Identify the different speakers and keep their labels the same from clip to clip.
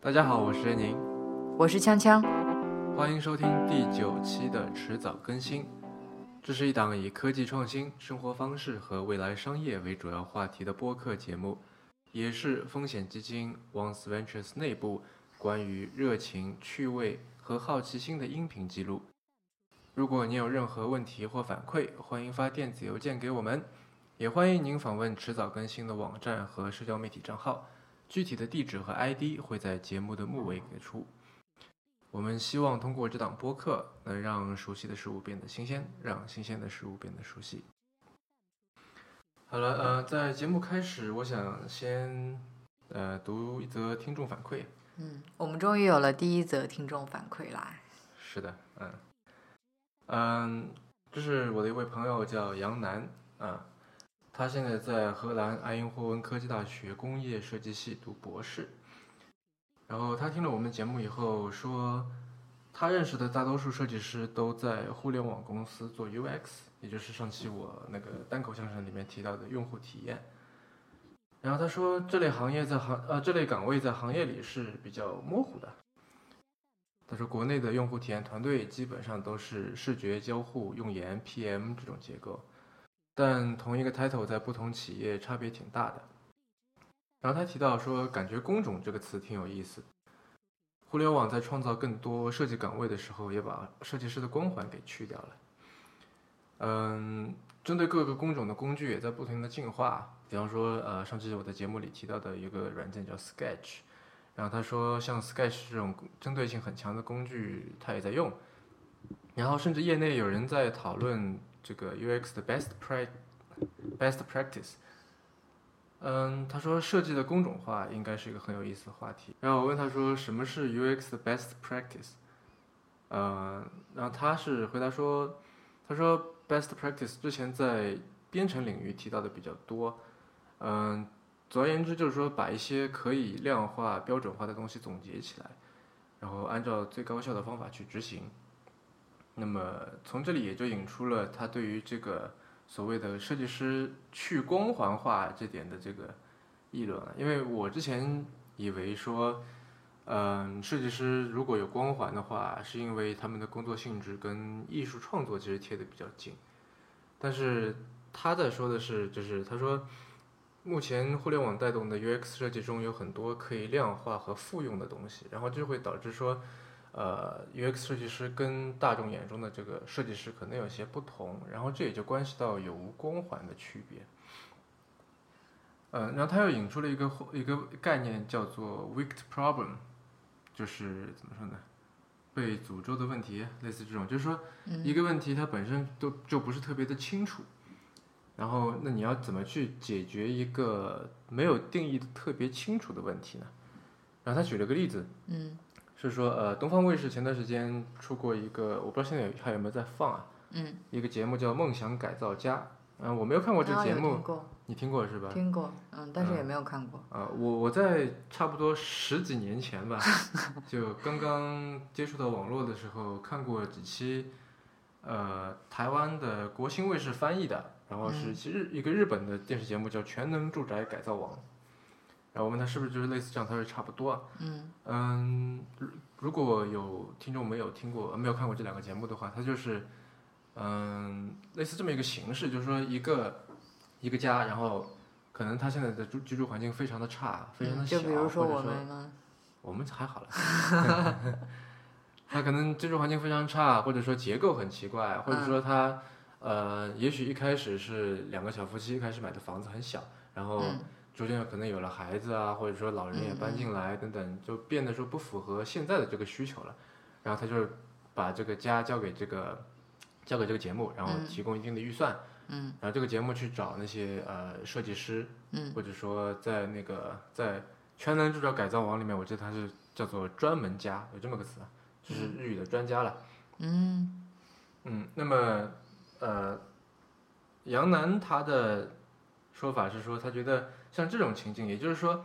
Speaker 1: 大家好，我是任宁，
Speaker 2: 我是锵锵。
Speaker 1: 欢迎收听第九期的迟早更新。这是一档以科技创新、生活方式和未来商业为主要话题的播客节目，也是风险基金 Once Ventures 内部关于热情、趣味和好奇心的音频记录。如果您有任何问题或反馈，欢迎发电子邮件给我们，也欢迎您访问迟早更新的网站和社交媒体账号，具体的地址和 ID 会在节目的末尾给出。我们希望通过这档播客，能让熟悉的事物变得新鲜，让新鲜的事物变得熟悉。好了，呃，在节目开始，我想先呃读一则听众反馈。
Speaker 2: 嗯，我们终于有了第一则听众反馈啦。
Speaker 1: 是的，嗯，嗯，这是我的一位朋友叫杨楠啊，他现在在荷兰埃因霍温科技大学工业设计系读博士。然后他听了我们节目以后说，他认识的大多数设计师都在互联网公司做 UX，也就是上期我那个单口相声里面提到的用户体验。然后他说，这类行业在行呃这类岗位在行业里是比较模糊的。他说，国内的用户体验团队基本上都是视觉交互、用研、PM 这种结构，但同一个 title 在不同企业差别挺大的。然后他提到说，感觉“工种”这个词挺有意思。互联网在创造更多设计岗位的时候，也把设计师的光环给去掉了。嗯，针对各个工种的工具也在不停的进化。比方说，呃，上期我在节目里提到的一个软件叫 Sketch，然后他说，像 Sketch 这种针对性很强的工具，他也在用。然后，甚至业内有人在讨论这个 UX 的 best prac best practice。嗯，他说设计的工种化应该是一个很有意思的话题。然后我问他说什么是 UX 的 best practice，呃，然后他是回答说，他说 best practice 之前在编程领域提到的比较多，嗯，总而言之就是说把一些可以量化、标准化的东西总结起来，然后按照最高效的方法去执行。那么从这里也就引出了他对于这个。所谓的设计师去光环化这点的这个议论啊，因为我之前以为说，嗯、设计师如果有光环的话，是因为他们的工作性质跟艺术创作其实贴的比较近，但是他在说的是，就是他说，目前互联网带动的 UX 设计中有很多可以量化和复用的东西，然后就会导致说。呃，UX 设计师跟大众眼中的这个设计师可能有些不同，然后这也就关系到有无光环的区别。呃，然后他又引出了一个一个概念叫做 “wicked problem”，就是怎么说呢，被诅咒的问题，类似这种，就是说
Speaker 2: 嗯
Speaker 1: 一个问题它本身都就不是特别的清楚，然后那你要怎么去解决一个没有定义的特别清楚的问题呢？然后他举了个例子，
Speaker 2: 嗯
Speaker 1: 是说，呃，东方卫视前段时间出过一个，我不知道现在有还有没有在放啊，
Speaker 2: 嗯，
Speaker 1: 一个节目叫《梦想改造家》。嗯、我没有看过这个
Speaker 2: 啊
Speaker 1: 节
Speaker 2: 有
Speaker 1: 目
Speaker 2: 听，过，
Speaker 1: 你听过是吧？
Speaker 2: 听过，嗯，但是也没有看过。
Speaker 1: 啊、我我在差不多十几年前吧，就刚刚接触到网络的时候，看过几期，呃，台湾的国新卫视翻译的，然后是其日、一个日本的电视节目叫《全能住宅改造王》，然后我问他是不是就是类似这样，他说差不多啊。
Speaker 2: 嗯
Speaker 1: 嗯，如如果有听众没有听过、呃没有看过这两个节目的话，它就是，嗯，类似这么一个形式，就是说一个一个家，然后可能他现在的住居住环境非常的差，非常的
Speaker 2: 嗯，
Speaker 1: 小，
Speaker 2: 就比如
Speaker 1: 或者说
Speaker 2: 我们呢，
Speaker 1: 我们还好了， 他可能居住环境非常差，或者说结构很奇怪，或者
Speaker 2: 嗯
Speaker 1: 说他、呃，也许一开始是两个小夫妻一开始买的房子很小，然后
Speaker 2: 嗯
Speaker 1: 逐渐可能有了孩子啊，或者说老人也搬进来等等，就变得说不符合现在的这个需求了，然后他就把这个家交给这个交给这个节目，然后
Speaker 2: 嗯
Speaker 1: 提供一定的预算，
Speaker 2: 嗯
Speaker 1: 然后这个节目去找那些呃设计师，
Speaker 2: 嗯
Speaker 1: 或者说在那个在《全能住宅改造王》里面，我记得它是叫做专门家，有这么个词，啊就是日语的专家了。
Speaker 2: 嗯
Speaker 1: 嗯，那么呃，杨楠他的说法是说，他觉得像这种情境，也就是说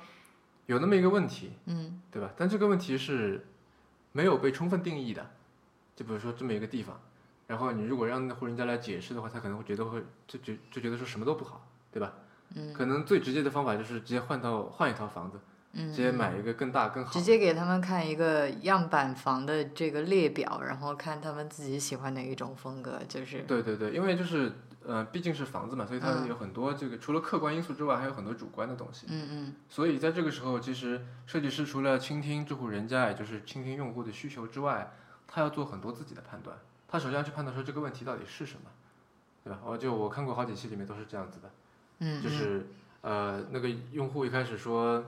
Speaker 1: 有那么一个问题，
Speaker 2: 嗯
Speaker 1: 对吧？但这个问题是没有被充分定义的，就比如说这么一个地方，然后你如果让那户人家来解释的话，他可能会觉得会就觉就觉得说什么都不好，对吧？
Speaker 2: 嗯
Speaker 1: 可能最直接的方法就是直接换到换一套房子，
Speaker 2: 嗯，
Speaker 1: 直接买一个更大更好的。
Speaker 2: 直接给他们看一个样板房的这个列表，然后看他们自己喜欢哪一种风格，就是
Speaker 1: 对对对，因为就是呃，毕竟是房子嘛，所以它
Speaker 2: 嗯
Speaker 1: 有很多这个除了客观因素之外，还有很多主观的东西。
Speaker 2: 嗯嗯
Speaker 1: 所以在这个时候，其实设计师除了倾听这户人家，也就是倾听用户的需求之外，他要做很多自己的判断。他首先要去判断说这个问题到底是什么，对吧？我就我看过好几期里面都是这样子的。
Speaker 2: 嗯，
Speaker 1: 就
Speaker 2: 嗯
Speaker 1: 是呃，那个用户一开始说，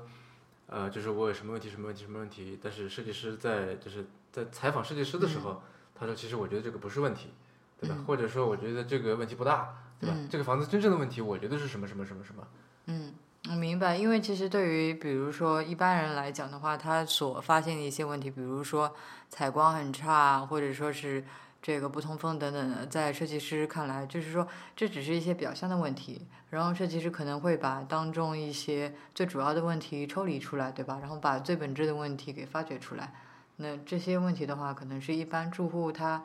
Speaker 1: 呃，就是我有什么问题，什么问题，什么问题，但是设计师在就是在采访设计师的时候，他说其实我觉得这个不是问题，对吧？
Speaker 2: 嗯
Speaker 1: 或者说我觉得这个问题不大，对吧？
Speaker 2: 嗯
Speaker 1: 这个房子真正的问题，我觉得是什么什么什么什么，
Speaker 2: 嗯，我明白，因为其实对于比如说一般人来讲的话，他所发现的一些问题，比如说采光很差，或者说是这个不通风等等的，在设计师看来，就是说这只是一些表象的问题，然后设计师可能会把当中一些最主要的问题抽离出来，对吧？然后把最本质的问题给发掘出来。那这些问题的话，可能是一般住户他，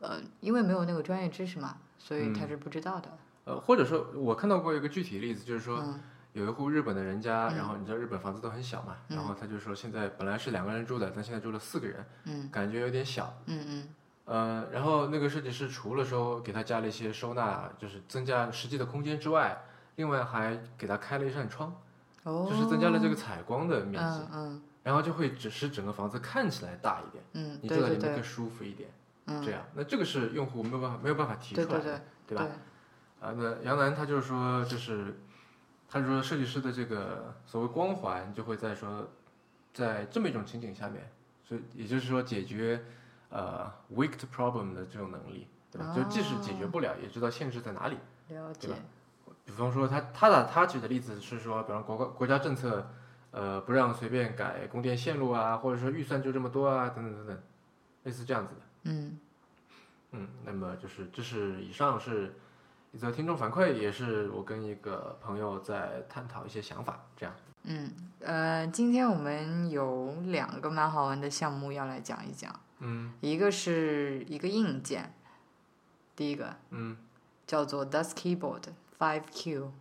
Speaker 2: 呃，因为没有那个专业知识嘛，所以他
Speaker 1: 嗯
Speaker 2: 是不知道的。
Speaker 1: 呃，或者说我看到过一个具体例子，就是说。
Speaker 2: 嗯
Speaker 1: 有一户日本的人家，然
Speaker 2: 嗯
Speaker 1: 后你知道日本房子都很小嘛，然
Speaker 2: 嗯
Speaker 1: 后他就说现在本来是两个人住的，但现在住了四个人，
Speaker 2: 嗯
Speaker 1: 感觉有点小，
Speaker 2: 嗯嗯
Speaker 1: 呃，然后那个设计师除了说给他加了一些收纳，就是增加实际的空间之外，另外还给他开了一扇窗，
Speaker 2: 哦，
Speaker 1: 就是增加了这个采光的面积，
Speaker 2: 嗯嗯
Speaker 1: 然后就会只使整个房子看起来大一点，
Speaker 2: 嗯，
Speaker 1: 你
Speaker 2: 对
Speaker 1: 住在
Speaker 2: 对
Speaker 1: 里面
Speaker 2: 对
Speaker 1: 更，舒服一点，
Speaker 2: 嗯，
Speaker 1: 这样。那这个是用户没有办法没有办法提出
Speaker 2: 对
Speaker 1: 来的，
Speaker 2: 对对，
Speaker 1: 对吧？啊，那杨澜他就是说，就是他就说设计师的这个所谓光环，就会在说，在这么一种情景下面，所以也就是说解决呃 weak to problem 的这种能力，对吧？就即使解决不了，也知道限制在哪里。
Speaker 2: 了解
Speaker 1: 对吧，比方说他他的他举的例子是说，比方国国家政策，呃，不让随便改供电线路啊，或者说预算就这么多啊，等等等等，类似这样子的。
Speaker 2: 嗯
Speaker 1: 嗯，那么就是这是以上是一则听众反馈，也是我跟一个朋友在探讨一些想法，这样。
Speaker 2: 嗯呃，今天我们有两个蛮好玩的项目要来讲一讲，
Speaker 1: 嗯
Speaker 2: 一个是一个硬件，第一个
Speaker 1: 嗯
Speaker 2: 叫做 d u s Keyboard Five Q，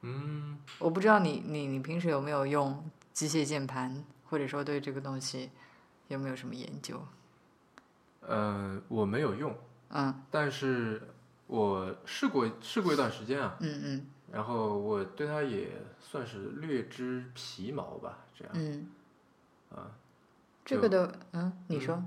Speaker 1: 嗯，
Speaker 2: 我不知道你你你平时有没有用机械键盘，或者说对这个东西有没有什么研究？
Speaker 1: 呃，我没有用，
Speaker 2: 嗯
Speaker 1: 但是我试过试过一段时间啊，
Speaker 2: 嗯嗯
Speaker 1: 然后我对它也算是略知皮毛吧，这样。
Speaker 2: 嗯，
Speaker 1: 啊，
Speaker 2: 这
Speaker 1: 就
Speaker 2: 个的嗯，你说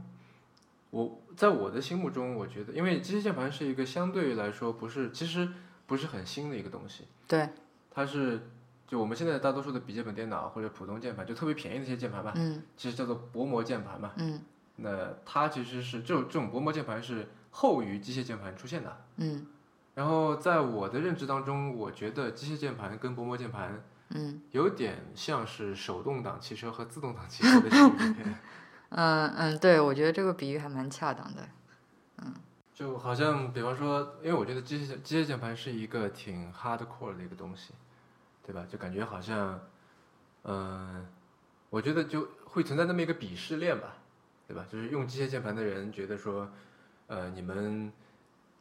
Speaker 1: 我在我的心目中，我觉得，因为机械键盘是一个相对来说不是，其实不是很新的一个东西。
Speaker 2: 对，
Speaker 1: 它是就我们现在大多数的笔记本电脑或者普通键盘，就特别便宜的一些键盘吧，
Speaker 2: 嗯
Speaker 1: 其实叫做薄膜键盘嘛。
Speaker 2: 嗯
Speaker 1: 那它其实是这种这种薄膜键盘是后于机械键盘出现的。
Speaker 2: 嗯
Speaker 1: 然后在我的认知当中，我觉得机械键盘跟薄膜键盘
Speaker 2: 嗯。
Speaker 1: 有点像是手动挡汽车和自动挡汽车的区别，
Speaker 2: 嗯嗯，对，我觉得这个比喻还蛮恰当的。
Speaker 1: 就好像比方说，因为我觉得机械机械键盘是一个挺 hardcore 的一个东西，对吧？就感觉好像，嗯、我觉得就会存在那么一个鄙视链吧，对吧？就是用机械键盘的人觉得说，呃，你们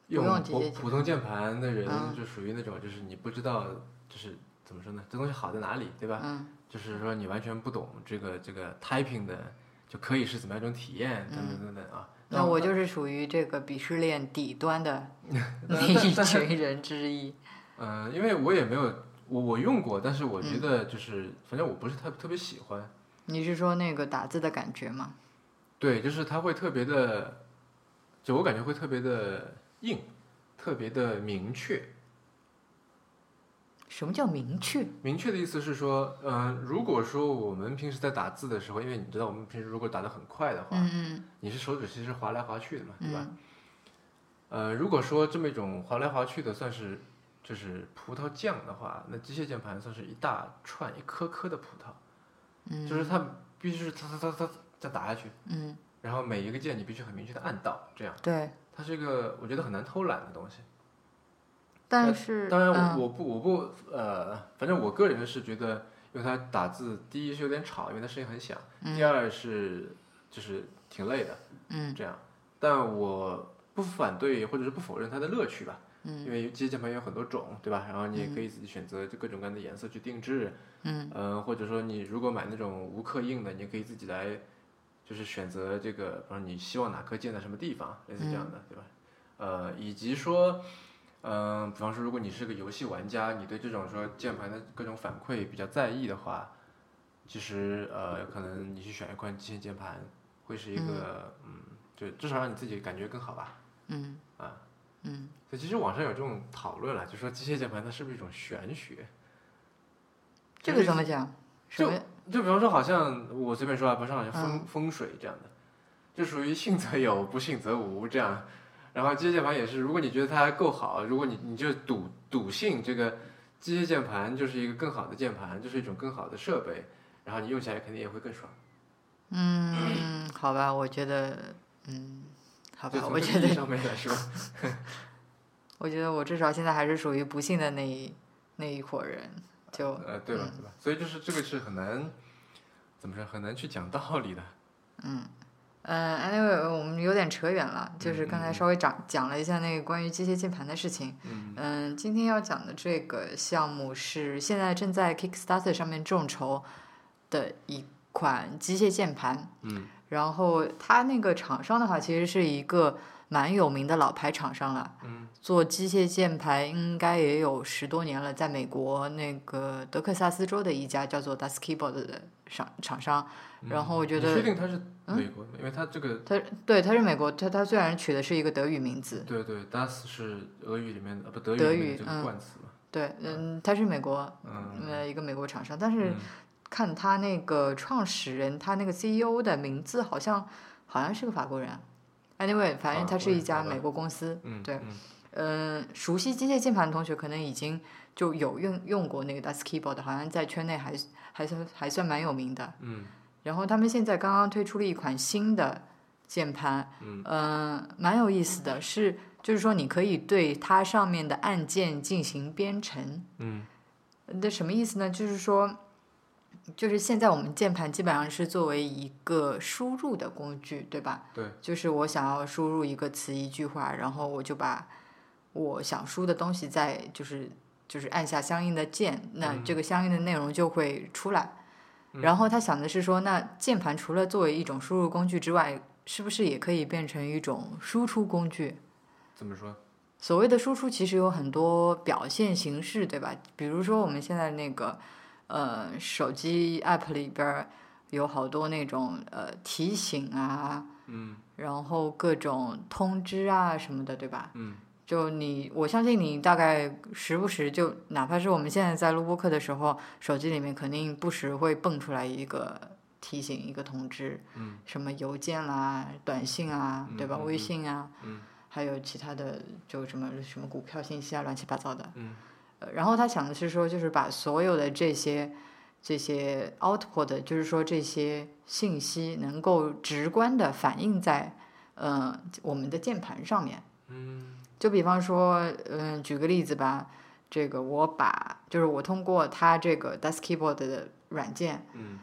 Speaker 2: 不
Speaker 1: 用
Speaker 2: 用机械
Speaker 1: 普
Speaker 2: 键盘
Speaker 1: 普通键盘的人
Speaker 2: 嗯
Speaker 1: 就属于那种，就是你不知道，就是怎么说呢？这东西好在哪里，对吧？
Speaker 2: 嗯
Speaker 1: 就是说你完全不懂这个这个 typing 的就可以是怎么样一种体验，等等等等啊。
Speaker 2: 嗯那我就是属于这个鄙视链底端的那
Speaker 1: 但
Speaker 2: 一 群人之一。
Speaker 1: 嗯，因为我也没有我我用过，但是我觉得就是、反正我不是特特别喜欢。
Speaker 2: 你是说那个打字的感觉吗？
Speaker 1: 对，就是它会特别的，就我感觉会特别的硬，特别的明确。
Speaker 2: 什么叫明确？
Speaker 1: 明确的意思是说，嗯、如果说我们平时在打字的时候，因为你知道我们平时如果打得很快的话，
Speaker 2: 嗯
Speaker 1: 你是手指其实滑来滑去的嘛，对吧？
Speaker 2: 嗯
Speaker 1: 呃，如果说这么一种滑来滑去的算是就是葡萄酱的话，那机械键盘算是一大串一颗颗的葡萄。
Speaker 2: 嗯
Speaker 1: 就是它必须是哒哒哒哒再打下去，
Speaker 2: 嗯，
Speaker 1: 然后每一个键你必须很明确的按到，这样。
Speaker 2: 对。
Speaker 1: 它是一个我觉得很难偷懒的东西。
Speaker 2: 但是
Speaker 1: 当然我，
Speaker 2: 嗯
Speaker 1: 我不我不呃，反正我个人是觉得用它打字，第一是有点吵，因为它声音很响；第二是就是挺累的
Speaker 2: 嗯
Speaker 1: 这样。但我不反对或者是不否认它的乐趣吧。
Speaker 2: 嗯
Speaker 1: 因为机械键盘有很多种，对吧？然后你也可以自己选择就各种各样的颜色去定制，
Speaker 2: 嗯
Speaker 1: 嗯、或者说你如果买那种无刻印的，你也可以自己来，就是选择这个，比如你希望哪颗键在什么地方，类似这样的，对吧？呃，以及说，嗯、比方说，如果你是个游戏玩家，你对这种说键盘的各种反馈比较在意的话，其实呃，可能你去选一款机械键盘，会是一个嗯就至少让你自己感觉更好吧。
Speaker 2: 嗯
Speaker 1: 啊
Speaker 2: 嗯，
Speaker 1: 所以其实网上有这种讨论了，就说机械键盘它是不是一种玄学？
Speaker 2: 这
Speaker 1: 就
Speaker 2: 个
Speaker 1: 是
Speaker 2: 怎么讲？什么？
Speaker 1: 就比方说，好像我随便说啊，比方说好像风、
Speaker 2: 嗯
Speaker 1: 风水这样的，就属于信则有，不信则无这样。然后机械键盘也是，如果你觉得它够好，如果你你就笃笃信这个机械键盘就是一个更好的键盘，就是一种更好的设备，然后你用起来肯定也会更爽。
Speaker 2: 嗯，好吧，我觉得，嗯，好
Speaker 1: 就
Speaker 2: 吧，
Speaker 1: 从
Speaker 2: 我
Speaker 1: 这
Speaker 2: 觉
Speaker 1: 个意义
Speaker 2: 得，
Speaker 1: 上面来 说，
Speaker 2: 我觉得我至少现在还是属于不幸的那一那一伙人，就
Speaker 1: 呃，对吧？对吧？所以就是这个是很难，怎么说很难去讲道理的。
Speaker 2: 嗯，anyway，我们有点扯远了，就是
Speaker 1: 嗯
Speaker 2: 刚才
Speaker 1: 嗯
Speaker 2: 稍微讲讲了一下那个关于机械键盘的事情。
Speaker 1: 嗯
Speaker 2: 嗯，今天要讲的这个项目是现在正在 Kickstarter 上面众筹的一款机械键盘。
Speaker 1: 嗯
Speaker 2: 然后它那个厂商的话，其实是一个蛮有名的老牌厂商了，
Speaker 1: 嗯
Speaker 2: 做机械键盘应该也有十多年了，在美国那个德克萨斯州的一家叫做 Das Keyboard 的厂厂商。然后我觉
Speaker 1: 嗯你
Speaker 2: 得
Speaker 1: 确定它是美国的，因为它这个
Speaker 2: 它对，它是美国，它它虽然取的是一个德语名字，
Speaker 1: 对对，das 是俄语里面的，呃不德语
Speaker 2: 德
Speaker 1: 里面
Speaker 2: 语
Speaker 1: 的这
Speaker 2: 嗯
Speaker 1: 个冠词嘛。
Speaker 2: 对，嗯，它是美国，
Speaker 1: 嗯，
Speaker 2: 呃，一个美国厂商，但是
Speaker 1: 嗯
Speaker 2: 看它那个创始人，他那个 CEO 的名字好像好像是个法国人啊，anyway，反正
Speaker 1: 法
Speaker 2: 它是
Speaker 1: 国
Speaker 2: 一
Speaker 1: 人
Speaker 2: 家
Speaker 1: 好吧
Speaker 2: 美国公司，
Speaker 1: 嗯，
Speaker 2: 对
Speaker 1: 嗯，
Speaker 2: 嗯，熟悉机械键盘的同学可能已经就有用用过那个 Das Keyboard，好像在圈内还还算还算蛮有名的。
Speaker 1: 嗯
Speaker 2: 然后他们现在刚刚推出了一款新的键盘，
Speaker 1: 嗯
Speaker 2: 嗯，蛮有意思的是，就是说你可以对它上面的按键进行编程。
Speaker 1: 嗯
Speaker 2: 那什么意思呢？就是说，就是现在我们键盘基本上是作为一个输入的工具，对吧？
Speaker 1: 对。
Speaker 2: 就是我想要输入一个词一句话，然后我就把我想输的东西再就是就是按下相应的键，那
Speaker 1: 嗯
Speaker 2: 这个相应的内容就会出来。然后他想的是说，那键盘除了作为一种输入工具之外，是不是也可以变成一种输出工具？
Speaker 1: 怎么说？
Speaker 2: 所谓的输出其实有很多表现形式，对吧？比如说我们现在那个呃手机 app 里边儿有好多那种呃提醒啊，
Speaker 1: 嗯
Speaker 2: 然后各种通知啊什么的，对吧？
Speaker 1: 嗯
Speaker 2: 就你，我相信你大概时不时就，哪怕是我们现在在录播课的时候，手机里面肯定不时会蹦出来一个提醒、一个通知，
Speaker 1: 嗯
Speaker 2: 什么邮件啦、短信啊，对吧？
Speaker 1: 嗯嗯
Speaker 2: 微
Speaker 1: 嗯
Speaker 2: 信啊，
Speaker 1: 嗯
Speaker 2: 还有其他的就什么什么股票信息啊，乱七八糟的。
Speaker 1: 嗯
Speaker 2: 呃，然后他想的是说，就是把所有的这些这些 output，就是说这些信息能够直观的反映在呃我们的键盘上面。
Speaker 1: 嗯
Speaker 2: 就比方说，嗯，举个例子吧，这个我把就是我通过它这个 Das Keyboard 的软件，
Speaker 1: 嗯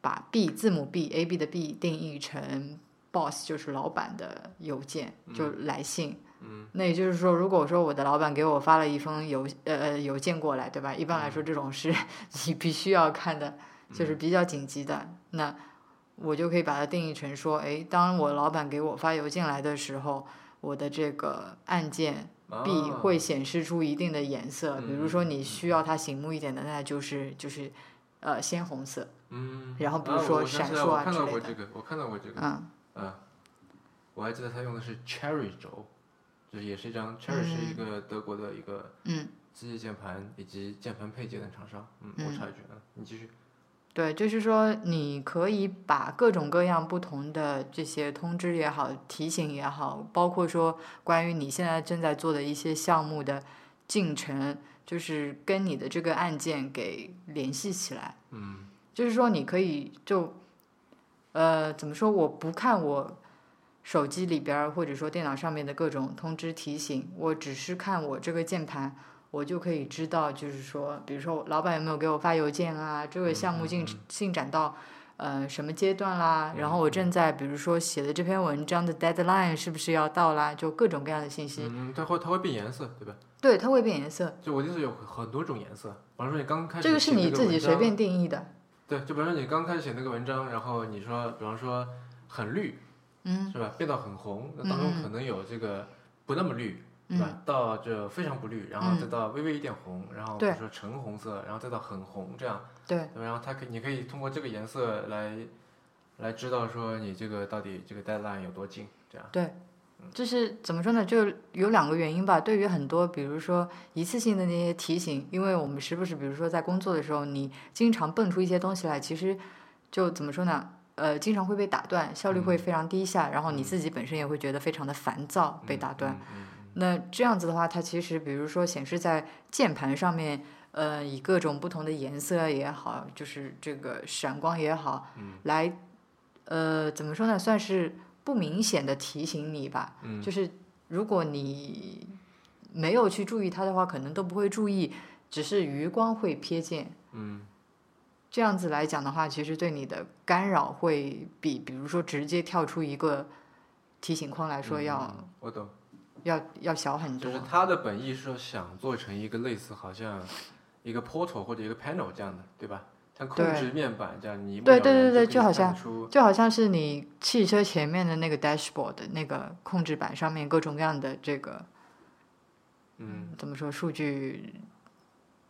Speaker 2: 把 B 字母 B A B 的 B 定义成 boss 就是老板的邮件，就来信。
Speaker 1: 嗯
Speaker 2: 那也就是说，如果说我的老板给我发了一封邮呃呃邮件过来，对吧？一般来说，这种是你必须要看的，就是比较紧急的。那我就可以把它定义成说，诶，当我老板给我发邮件来的时候，我的这个按键 B
Speaker 1: 啊
Speaker 2: 会显示出一定的颜色。比如说，
Speaker 1: 嗯嗯
Speaker 2: 你需要它醒目一点的，那就是就是呃鲜红色。
Speaker 1: 嗯，
Speaker 2: 然后比如
Speaker 1: 啊
Speaker 2: 说
Speaker 1: 我想
Speaker 2: 闪
Speaker 1: 起来
Speaker 2: 烁啊
Speaker 1: 我看
Speaker 2: 之
Speaker 1: 到
Speaker 2: 类
Speaker 1: 过
Speaker 2: 的
Speaker 1: 这个，我看到过这个，
Speaker 2: 嗯
Speaker 1: 啊，我还记得他用的是 Cherry 轴，就是也是一张 Cherry 是一个德国的一个
Speaker 2: 嗯，
Speaker 1: 机械键盘以及键盘配件的厂商，嗯，我
Speaker 2: 嗯
Speaker 1: 插一句，嗯，你继续，
Speaker 2: 对，就是说你可以把各种各样不同的这些通知也好、提醒也好，包括说关于你现在正在做的一些项目的进程，就是跟你的这个案件给联系起来。
Speaker 1: 嗯
Speaker 2: 就是说你可以就，呃，怎么说？我不看我手机里边儿或者说电脑上面的各种通知提醒，我只是看我这个键盘，我就可以知道，就是说，比如说老板有没有给我发邮件啊，这个项目进
Speaker 1: 嗯嗯嗯
Speaker 2: 进展到呃什么阶段啦，然后我正在比如说写的这篇文章的 deadline 是不是要到啦，就各种各样的信息。
Speaker 1: 嗯，它会它会变颜色，对吧？
Speaker 2: 对，它会变颜色，
Speaker 1: 就我的意思有很多种颜色，比方说你刚开始
Speaker 2: 这个是
Speaker 1: 写那
Speaker 2: 你自己
Speaker 1: 文
Speaker 2: 随
Speaker 1: 章
Speaker 2: 便定义的。
Speaker 1: 对，就比方说你刚开始写那个文章，然后你说，比方说很绿，
Speaker 2: 嗯
Speaker 1: 是吧？变到很红，那当中
Speaker 2: 嗯嗯
Speaker 1: 可能有这个不那么绿，是吧
Speaker 2: 嗯？
Speaker 1: 到这非常不绿，然后
Speaker 2: 嗯
Speaker 1: 再到微微一点红，然后比
Speaker 2: 对
Speaker 1: 如说橙红色，然后再到很红，这样，
Speaker 2: 对，
Speaker 1: 对吧然后它可以你可以通过这个颜色来来知道说你这个到底这个 deadline 有多近，这样。嗯
Speaker 2: 就是怎么说呢，就有两个原因吧。对于很多，比如说一次性的那些提醒，因为我们时不时，比如说在工作的时候，你经常蹦出一些东西来，其实就怎么说呢，呃，经常会被打断，效率会
Speaker 1: 嗯
Speaker 2: 非常低下，然后你自己本身也会觉得非常的烦躁，被
Speaker 1: 嗯
Speaker 2: 打断。。
Speaker 1: 嗯嗯
Speaker 2: 那这样子的话，它其实比如说显示在键盘上面，呃，以各种不同的颜色也好，就是这个闪光也好，
Speaker 1: 嗯
Speaker 2: 来，呃，怎么说呢，算是不明显的提醒你吧。
Speaker 1: 嗯，
Speaker 2: 就是是如果你没有去注意它的话，可能都不会注意，只是余光会瞥见。
Speaker 1: 嗯
Speaker 2: 这样子来讲的话，其实对你的干扰会比，比如说直接跳出一个提醒框来说
Speaker 1: 嗯
Speaker 2: 要，
Speaker 1: 嗯我懂。
Speaker 2: 要要小很
Speaker 1: 就
Speaker 2: 多
Speaker 1: 是。他的本意是想做成一个类似好像一个 portal 或者一个 panel 这样的，对吧？像控
Speaker 2: 对
Speaker 1: 制面板这样，你一目
Speaker 2: 对
Speaker 1: 了
Speaker 2: 对
Speaker 1: 然
Speaker 2: 对对
Speaker 1: 可以
Speaker 2: 就好
Speaker 1: 看
Speaker 2: 像
Speaker 1: 得出
Speaker 2: 就好像是你汽车前面的那个 dashboard 的那个控制板上面各种各样的这个
Speaker 1: 嗯
Speaker 2: 怎么说数据，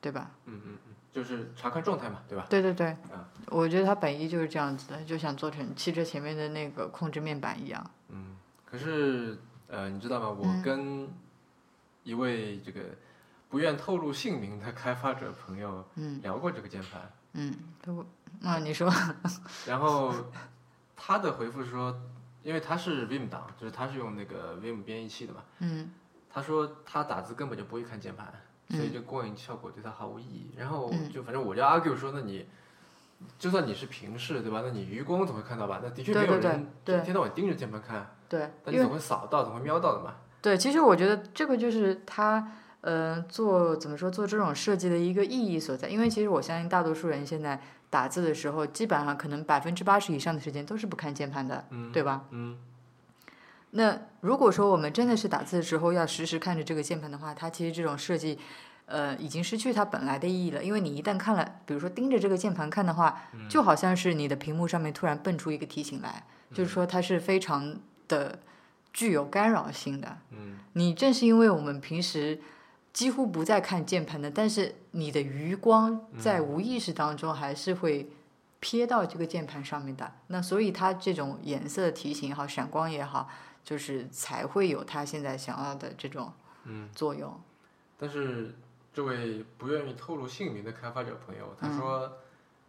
Speaker 2: 对吧？
Speaker 1: 嗯嗯嗯，就是查看状态嘛，对吧？
Speaker 2: 对对对，
Speaker 1: 啊
Speaker 2: 我觉得它本意就是这样子的，就想做成汽车前面的那个控制面板一样。
Speaker 1: 嗯，可是呃，你知道吗？我
Speaker 2: 嗯
Speaker 1: 跟一位这个不愿透露姓名的开发者朋友
Speaker 2: 嗯
Speaker 1: 聊过这个键盘，
Speaker 2: 嗯，如果啊，你说，
Speaker 1: 然后他的回复说，因为他是 Vim 党，就是他是用那个 Vim 编译器的嘛。
Speaker 2: 嗯
Speaker 1: 他说他打字根本就不会看键盘，
Speaker 2: 嗯
Speaker 1: 所以这光影效果对他毫无意义。然后
Speaker 2: 嗯
Speaker 1: 就反正我就 argue 说，那你就算你是平视对吧？那你余光总会看到吧？那的确
Speaker 2: 对
Speaker 1: 没有
Speaker 2: 对对
Speaker 1: 人
Speaker 2: 对
Speaker 1: 一天到晚盯着键盘看，
Speaker 2: 对，
Speaker 1: 但你
Speaker 2: 因为
Speaker 1: 总会扫到，总会瞄到的嘛。
Speaker 2: 对，其实我觉得这个就是它，呃，做怎么说做这种设计的一个意义所在。因为其实我相信大多数人现在打字的时候，基本上可能百分之八十以上的时间都是不看键盘的，
Speaker 1: 嗯，
Speaker 2: 对吧？
Speaker 1: 嗯，
Speaker 2: 那如果说我们真的是打字的时候要时时看着这个键盘的话，它其实这种设计，呃，已经失去它本来的意义了。因为你一旦看了，比如说盯着这个键盘看的话，就好像是你的屏幕上面突然蹦出一个提醒来，
Speaker 1: 嗯
Speaker 2: 就是说它是非常的具有干扰性的。
Speaker 1: 嗯
Speaker 2: 你正是因为我们平时几乎不再看键盘的，但是你的余光
Speaker 1: 嗯
Speaker 2: 在无意识当中还是会瞥到这个键盘上面的。那所以它这种颜色提醒也好，闪光也好，就是才会有它现在想要的这种
Speaker 1: 嗯。
Speaker 2: 作用。
Speaker 1: 但是这位不愿意透露姓名的开发者朋友，他
Speaker 2: 嗯
Speaker 1: 说，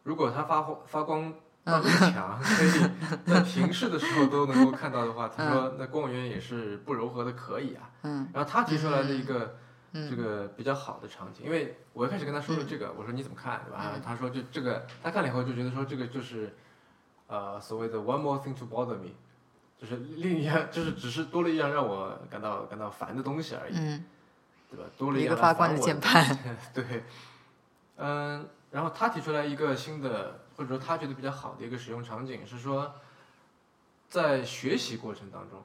Speaker 1: 如果他发光发光那么强， 可以在平视的时候都能够看到的话，他说那光源也是不柔和的可以啊。
Speaker 2: 嗯
Speaker 1: 然后他提出来的一个、
Speaker 2: 嗯
Speaker 1: 这个比较好的场景，因为我一开始跟他说了这个，我说你怎么看，对吧？
Speaker 2: 嗯
Speaker 1: 他说这这个，他看了以后就觉得说这个就是，呃，所谓的 one more thing to bother me，就是另一样，就是只是多了一样让我感到感到烦的东西而已，
Speaker 2: 嗯，
Speaker 1: 对吧？多了
Speaker 2: 一
Speaker 1: 样来
Speaker 2: 个发
Speaker 1: 烦
Speaker 2: 光的
Speaker 1: 我
Speaker 2: 键盘。
Speaker 1: 对，嗯，然后他提出来一个新的，或者说他觉得比较好的一个使用场景是说，在学习过程当中，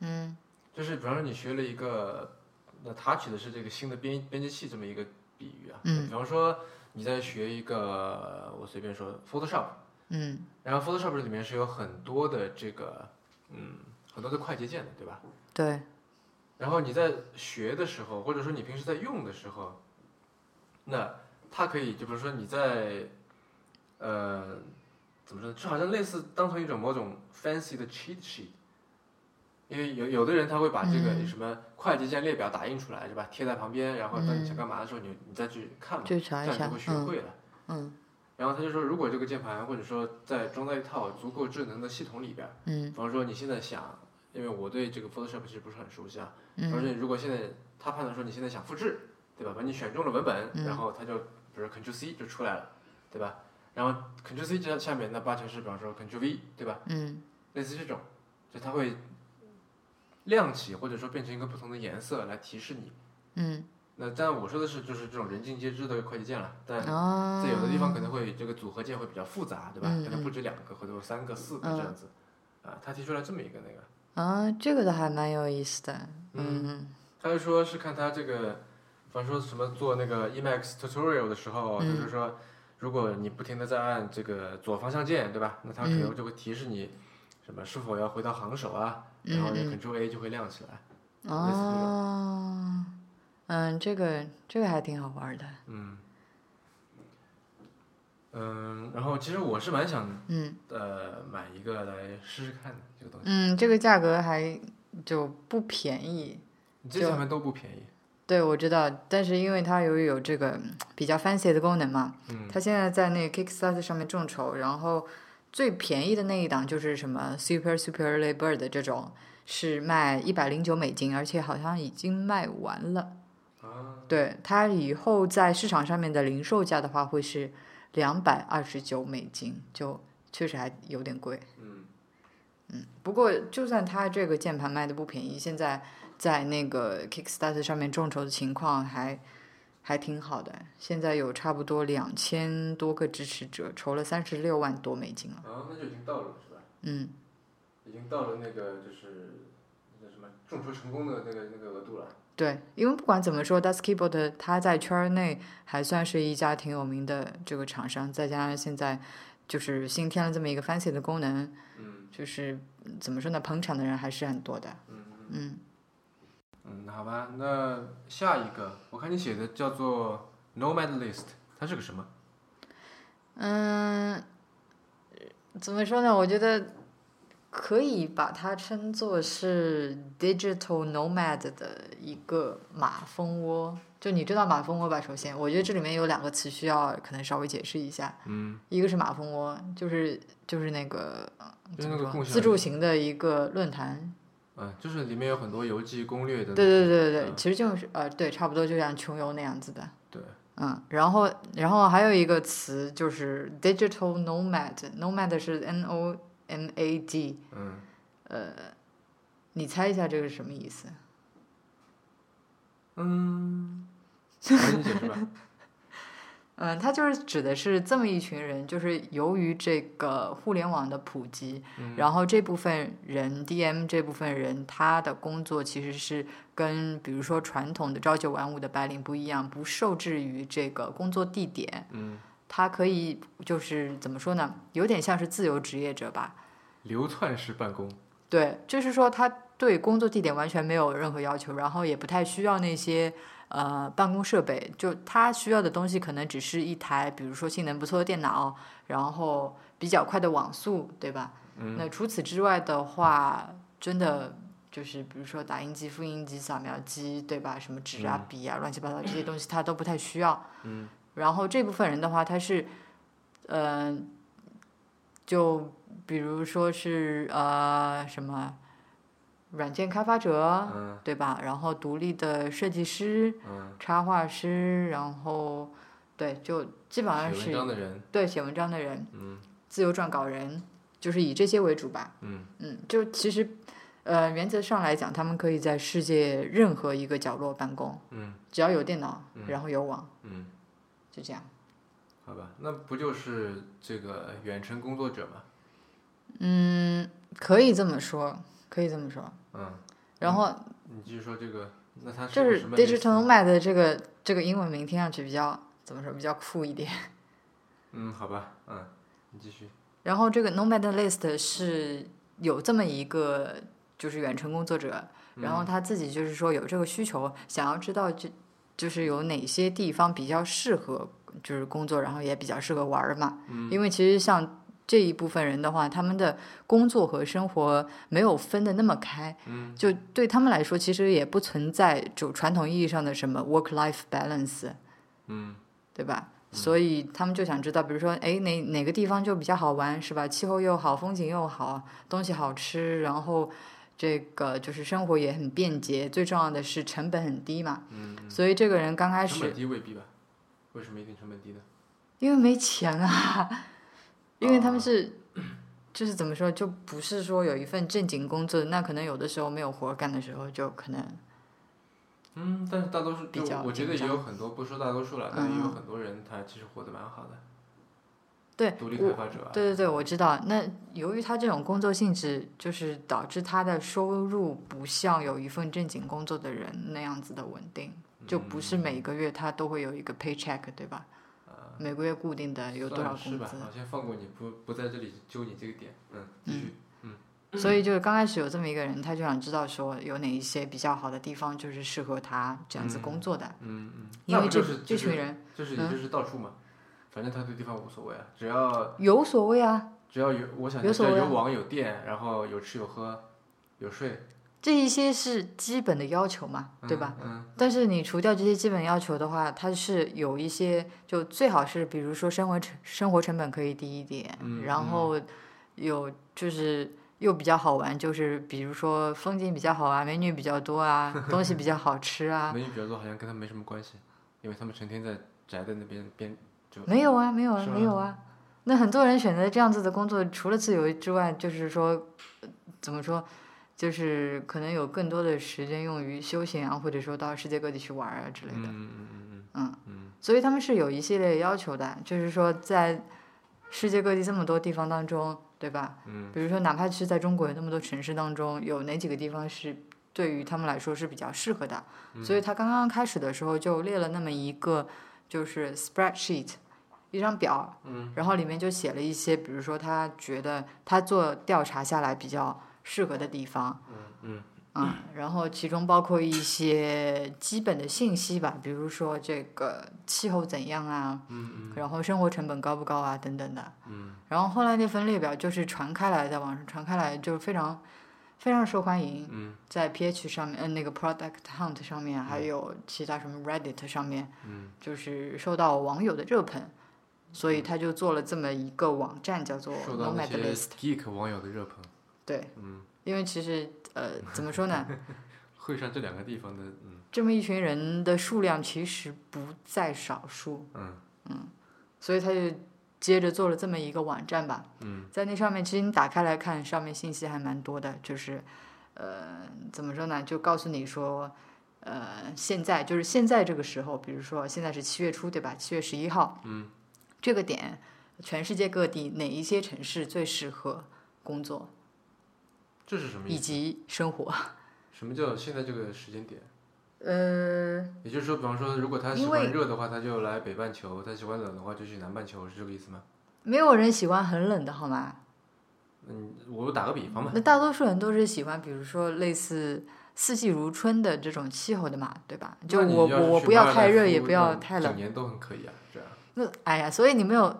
Speaker 2: 嗯
Speaker 1: 就是比方说你学了一个，那他举的是这个新的编编辑器这么一个比喻啊，
Speaker 2: 嗯
Speaker 1: 比方说你在学一个，我随便说 Photoshop，
Speaker 2: 嗯
Speaker 1: 然后 Photoshop 里面是有很多的这个，嗯，很多的快捷键的，对吧？
Speaker 2: 对，
Speaker 1: 然后你在学的时候，或者说你平时在用的时候，那它可以，就比如说你在，呃，怎么说呢？就好像类似当成一种某种 fancy 的 cheat sheet，因为有有的人他会把这个
Speaker 2: 嗯
Speaker 1: 什么快捷键列表打印出来，是吧？贴在旁边，然后当你想
Speaker 2: 嗯
Speaker 1: 干嘛的时候，你你再去看嘛，
Speaker 2: 就
Speaker 1: 这
Speaker 2: 查
Speaker 1: 样
Speaker 2: 一
Speaker 1: 你就
Speaker 2: 下
Speaker 1: 会。学
Speaker 2: 嗯
Speaker 1: 会了。
Speaker 2: 嗯
Speaker 1: 然后他就说，如果这个键盘或者说在装在一套足够智能的系统里边，比
Speaker 2: 嗯
Speaker 1: 方说你现在想，因为我对这个 Photoshop 其实不是很熟悉啊，而
Speaker 2: 嗯
Speaker 1: 且如果现在他判断说你现在想复制，对吧？把你选中了文本，
Speaker 2: 嗯
Speaker 1: 然后他就比如 Ctrl C 就出来了，对吧？然后 Ctrl C 这下面那八成是比方说 Ctrl V，对吧？
Speaker 2: 嗯
Speaker 1: 类似这种，就它会亮起或者说变成一个不同的颜色来提示你。
Speaker 2: 嗯
Speaker 1: 那但我说的是就是这种人尽皆知的快捷键了，但
Speaker 2: 啊，
Speaker 1: 在有的地方可能会这个组合键会比较复杂，对吧？
Speaker 2: 嗯
Speaker 1: 可能不止两个，或者有三个、四个这样子。啊，他提出来这么一个那个，
Speaker 2: 啊，这个倒还蛮有意思的，嗯
Speaker 1: 他就说是看他这个，反正说什么做那个 Emacs tutorial 的时候，啊
Speaker 2: 嗯
Speaker 1: 就是说，如果你不停的在按这个左方向键，对吧？那
Speaker 2: 嗯
Speaker 1: 它可能就会提示你什么是否要回到行首啊，然后
Speaker 2: 嗯
Speaker 1: 你 Ctrl A 就会亮起来。
Speaker 2: 嗯，
Speaker 1: 类似这种
Speaker 2: 哦，嗯，这个这个还挺好玩的，
Speaker 1: 嗯，嗯，然后其实我是蛮想
Speaker 2: 嗯
Speaker 1: 呃买一个来试试看的这个东西，
Speaker 2: 嗯，这个价格还就不便宜，
Speaker 1: 你这
Speaker 2: 就
Speaker 1: 上面都不便宜。
Speaker 2: 对，我知道，但是因为它由于有这个嗯比较 fancy 的功能嘛，
Speaker 1: 嗯
Speaker 2: 它现在在那个 Kickstarter 上面众筹，然后最便宜的那一档就是什么 Super Super Early Bird 的这种，是卖一百零九美金，而且好像已经卖完了。
Speaker 1: 啊，
Speaker 2: 对，它以后在市场上面的零售价的话会是两百二十九美金，就确实还有点贵。
Speaker 1: 嗯
Speaker 2: 不过，就算它这个键盘卖的不便宜，现在在那个 Kickstarter 上面众筹的情况还还挺好的，现在有差不多两千多个支持者，筹了三十六万多美金了。
Speaker 1: 啊，那就已经到了是吧？
Speaker 2: 嗯，
Speaker 1: 已经到了那个就是那什么众筹成功的那个那个额度了。
Speaker 2: 对，因为不管怎么说，Das Keyboard 它在圈儿内还算是一家挺有名的这个厂商，再加上现在就是新添了这么一个 fancy 的功能，
Speaker 1: 嗯
Speaker 2: 就是嗯怎么说呢，捧场的人还是很多的。
Speaker 1: 嗯
Speaker 2: 嗯，
Speaker 1: 嗯，好吧，那下一个我看你写的叫做 Nomad List，它是个什么？
Speaker 2: 嗯，怎么说呢？我觉得可以把它称作是 digital nomad 的一个马蜂窝。就你知道马蜂窝吧？首先，我觉得这里面有两个词需要可能稍微解释一下。
Speaker 1: 嗯
Speaker 2: 一个是马蜂窝，就是就是那个呃
Speaker 1: 就是
Speaker 2: 怎
Speaker 1: 那
Speaker 2: 么
Speaker 1: 个
Speaker 2: 说
Speaker 1: 共
Speaker 2: 自
Speaker 1: 享
Speaker 2: 助型的一个论坛。
Speaker 1: 嗯，就是里面有很多游记攻略的。
Speaker 2: 对对对对对，
Speaker 1: 嗯
Speaker 2: 其实就是呃，对，差不多就像穷游那样子的。
Speaker 1: 对，
Speaker 2: 嗯，然后然后还有一个词就是 digital nomad，nomad 是 n o m a d，
Speaker 1: 嗯，
Speaker 2: 你猜一下这个是什么意思？
Speaker 1: 嗯，我给你解释 吧。
Speaker 2: 嗯，它就是指的是这么一群人，就是由于这个互联网的普及，
Speaker 1: 嗯
Speaker 2: 然后这部分人 DM 这部分人，他的工作其实是跟比如说传统的朝九晚五的白领不一样，不受制于这个工作地点，
Speaker 1: 嗯，
Speaker 2: 他可以就是怎么说呢，有点像是自由职业者吧。
Speaker 1: 流窜式办公。
Speaker 2: 对，就是说他对工作地点完全没有任何要求，然后也不太需要那些呃办公设备，就他需要的东西可能只是一台，比如说性能不错的电脑，然后比较快的网速，对吧？
Speaker 1: 嗯
Speaker 2: 那除此之外的话，真的。就是比如说打印机、复印机、扫描机，对吧？什么纸啊、笔啊，乱七八糟这些东西，他都不太需要。
Speaker 1: 嗯
Speaker 2: 然后这部分人的话，他是，呃，就比如说是呃什么软件开发者，
Speaker 1: 嗯
Speaker 2: 对吧？然后独立的设计师、
Speaker 1: 嗯，
Speaker 2: 插画师，然后对，就基本上
Speaker 1: 写文章
Speaker 2: 是
Speaker 1: 的人。
Speaker 2: 对写文章的人、
Speaker 1: 嗯
Speaker 2: 自由撰稿人，就是以这些为主吧。
Speaker 1: 嗯
Speaker 2: 嗯，就其实，呃，原则上来讲，他们可以在世界任何一个角落办公，
Speaker 1: 嗯
Speaker 2: 只要有电脑，
Speaker 1: 嗯
Speaker 2: 然后有网，
Speaker 1: 嗯，
Speaker 2: 就这样。
Speaker 1: 好吧，那不就是这个远程工作者嘛？
Speaker 2: 嗯，可以这么说，可以这么说。
Speaker 1: 嗯，
Speaker 2: 然后
Speaker 1: 你继续说这个，那它
Speaker 2: 就是是
Speaker 1: 什么
Speaker 2: digital
Speaker 1: list？
Speaker 2: nomad 的这个这个英文名听上去比较怎么说，比较酷一点。
Speaker 1: 嗯，好吧，嗯，你继续。
Speaker 2: 然后这个 nomad list 是有这么一个就是远程工作者，然后他自己就是说有这个需求，想要知道就就是有哪些地方比较适合就是工作，然后也比较适合玩儿嘛。
Speaker 1: 嗯
Speaker 2: 因为其实像这一部分人的话，他们的工作和生活没有分的那么开，
Speaker 1: 嗯
Speaker 2: 就对他们来说，其实也不存在就传统意义上的什么 work-life balance，
Speaker 1: 嗯
Speaker 2: 对吧？所以他们就想知道，比如说，哎，哪哪个地方就比较好玩，是吧？气候又好，风景又好，东西好吃，然后这个就是生活也很便捷，最重要的是成本很低嘛。
Speaker 1: 嗯，嗯
Speaker 2: 所以这个人刚开
Speaker 1: 成
Speaker 2: 始
Speaker 1: 本低未必吧？为什么一定成本低呢？
Speaker 2: 因为没钱啊， 因为他们
Speaker 1: 啊
Speaker 2: 是、就是怎么说，就不是说有一份正经工作，那可能有的时候没有活干的时候，就可能
Speaker 1: 嗯，但是大多数
Speaker 2: 比
Speaker 1: 就
Speaker 2: 较
Speaker 1: 我觉得
Speaker 2: 紧
Speaker 1: 也
Speaker 2: 张
Speaker 1: 有很多，不说大多数了，但也有
Speaker 2: 嗯嗯
Speaker 1: 很多人他其实活得蛮好的，
Speaker 2: 对，
Speaker 1: 独立
Speaker 2: 我
Speaker 1: 开发者啊。
Speaker 2: 对对对，我知道。那由于他这种工作性质，就是导致他的收入不像有一份正经工作的人那样子的稳定，就不
Speaker 1: 嗯
Speaker 2: 是每个月他都会有一个 paycheck，对吧？每个月固定的有多少
Speaker 1: 啊算是
Speaker 2: 工
Speaker 1: 吧
Speaker 2: 资？
Speaker 1: 好，先放过你，不不在这里揪你这个点，嗯，继续，
Speaker 2: 所
Speaker 1: 嗯
Speaker 2: 以就是刚开始有这么一个人，他就想知道说有哪一些比较好的地方，就是适合他这样子工作的，
Speaker 1: 嗯嗯，
Speaker 2: 因
Speaker 1: 那
Speaker 2: 为
Speaker 1: 不
Speaker 2: 这、
Speaker 1: 就是
Speaker 2: 这嗯
Speaker 1: 就
Speaker 2: 群
Speaker 1: 是
Speaker 2: 人
Speaker 1: 就是你就是到处嘛，反正他对地方无所谓啊，只要
Speaker 2: 有所谓啊，
Speaker 1: 只要有我想
Speaker 2: 有
Speaker 1: 只
Speaker 2: 所
Speaker 1: 要
Speaker 2: 谓
Speaker 1: 有
Speaker 2: 啊
Speaker 1: 网有电，然后有吃有喝，有睡，
Speaker 2: 这一些是基本的要求嘛，对
Speaker 1: 嗯
Speaker 2: 吧？？
Speaker 1: 嗯
Speaker 2: 但是你除掉这些基本要求的话，它是有一些，就最好是比如说生活成生活成本可以低一点，
Speaker 1: 嗯
Speaker 2: 然后有就是又比较好玩，就是比如说风景比较好啊，美女比较多啊，东西比较好吃啊，
Speaker 1: 美女比较多，好像跟他没什么关系，因为他们成天在宅在那边边就
Speaker 2: 没有啊，没有啊
Speaker 1: 是，吗
Speaker 2: 没有啊。那很多人选择这样子的工作，除了自由之外，就是说，呃怎么说，就是可能有更多的时间用于休闲啊，或者说到世界各地去玩啊之类的。
Speaker 1: 嗯嗯嗯嗯
Speaker 2: 嗯
Speaker 1: 嗯嗯
Speaker 2: 所以他们是有一系列要求的，就是说在世界各地这么多地方当中，对吧？
Speaker 1: 嗯
Speaker 2: 比如说，哪怕是在中国有那么多城市当中，有哪几个地方是对于他们来说是比较适合的？
Speaker 1: 嗯
Speaker 2: 所以他刚刚开始的时候就列了那么一个就是 spreadsheet，一张表，
Speaker 1: 嗯
Speaker 2: 然后里面就写了一些，比如说他觉得他做调查下来比较适合的地方，
Speaker 1: 嗯嗯
Speaker 2: 啊，然后其中包括一些基本的信息吧，比如说这个气候怎样啊，
Speaker 1: 嗯
Speaker 2: 然后生活成本高不高啊等等的。
Speaker 1: 嗯
Speaker 2: 然后后来那份列表就是传开来，在网上传开来就是非常非常受欢迎，
Speaker 1: 嗯
Speaker 2: 在 PH 上面，嗯、那个 Product Hunt 上面，还有其他什么 Reddit 上面，
Speaker 1: 嗯
Speaker 2: 就是受到网友的热捧，所以他就做了这么一个网站，叫做
Speaker 1: 嗯，受到那
Speaker 2: Nomad
Speaker 1: 些
Speaker 2: List。
Speaker 1: geek 网友的热捧，
Speaker 2: 对，
Speaker 1: 嗯，
Speaker 2: 因为其实呃，怎么说呢？
Speaker 1: 会上这两个地方的，嗯
Speaker 2: 这么一群人的数量其实不在少数，
Speaker 1: 嗯
Speaker 2: 所以他就接着做了这么一个网站吧。
Speaker 1: 嗯
Speaker 2: 在那上面，其实你打开来看，上面信息还蛮多的，就是，呃，怎么说呢？就告诉你说，呃，现在就是现在这个时候，比如说现在是七月初，对吧？七月十一号
Speaker 1: 嗯
Speaker 2: 这个点，全世界各地哪一些城市最适合工作
Speaker 1: 这是什么意
Speaker 2: 以
Speaker 1: 思？
Speaker 2: 及生活？
Speaker 1: 什么叫现在这个时间点？
Speaker 2: 呃，
Speaker 1: 也就是说，比方说，如果他喜
Speaker 2: 因
Speaker 1: 欢
Speaker 2: 为
Speaker 1: 热的话，他就来北半球；他喜欢冷的话，就去南半球，是这个意思吗？
Speaker 2: 没有人喜欢很冷的好吗？
Speaker 1: 嗯，我打个比方吧。
Speaker 2: 那大多数人都是喜欢，比如说类似四季如春的这种气候的嘛，对吧？嗯就
Speaker 1: 那你
Speaker 2: 我
Speaker 1: 要是
Speaker 2: 我我
Speaker 1: 去
Speaker 2: 不要
Speaker 1: 马尔
Speaker 2: 太
Speaker 1: 代
Speaker 2: 热，
Speaker 1: 夫
Speaker 2: 也不要
Speaker 1: 那
Speaker 2: 太
Speaker 1: 整
Speaker 2: 冷。
Speaker 1: 年都很可以啊，这样。
Speaker 2: 那哎呀，所以你没有，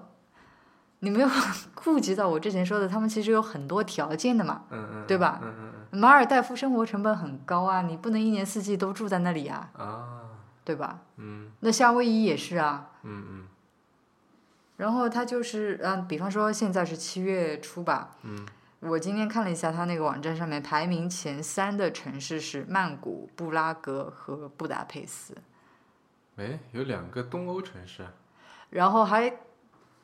Speaker 2: 你没有 顾及到我之前说的，他们其实有很多条件的嘛。
Speaker 1: 嗯嗯，
Speaker 2: 对吧
Speaker 1: 嗯嗯
Speaker 2: 马尔代夫生活成本很高啊，你不能一年四季都住在那里啊，
Speaker 1: 嗯啊，
Speaker 2: 对吧？
Speaker 1: 嗯
Speaker 2: 那夏威夷也是啊。
Speaker 1: 嗯
Speaker 2: 然后它就是，嗯、比方说现在是七月初吧，
Speaker 1: 嗯
Speaker 2: 我今天看了一下它那个网站上面排名前三的城市是曼谷、布拉格和布达佩斯。
Speaker 1: 嗯，哎，有两个东欧城市啊，
Speaker 2: 然后还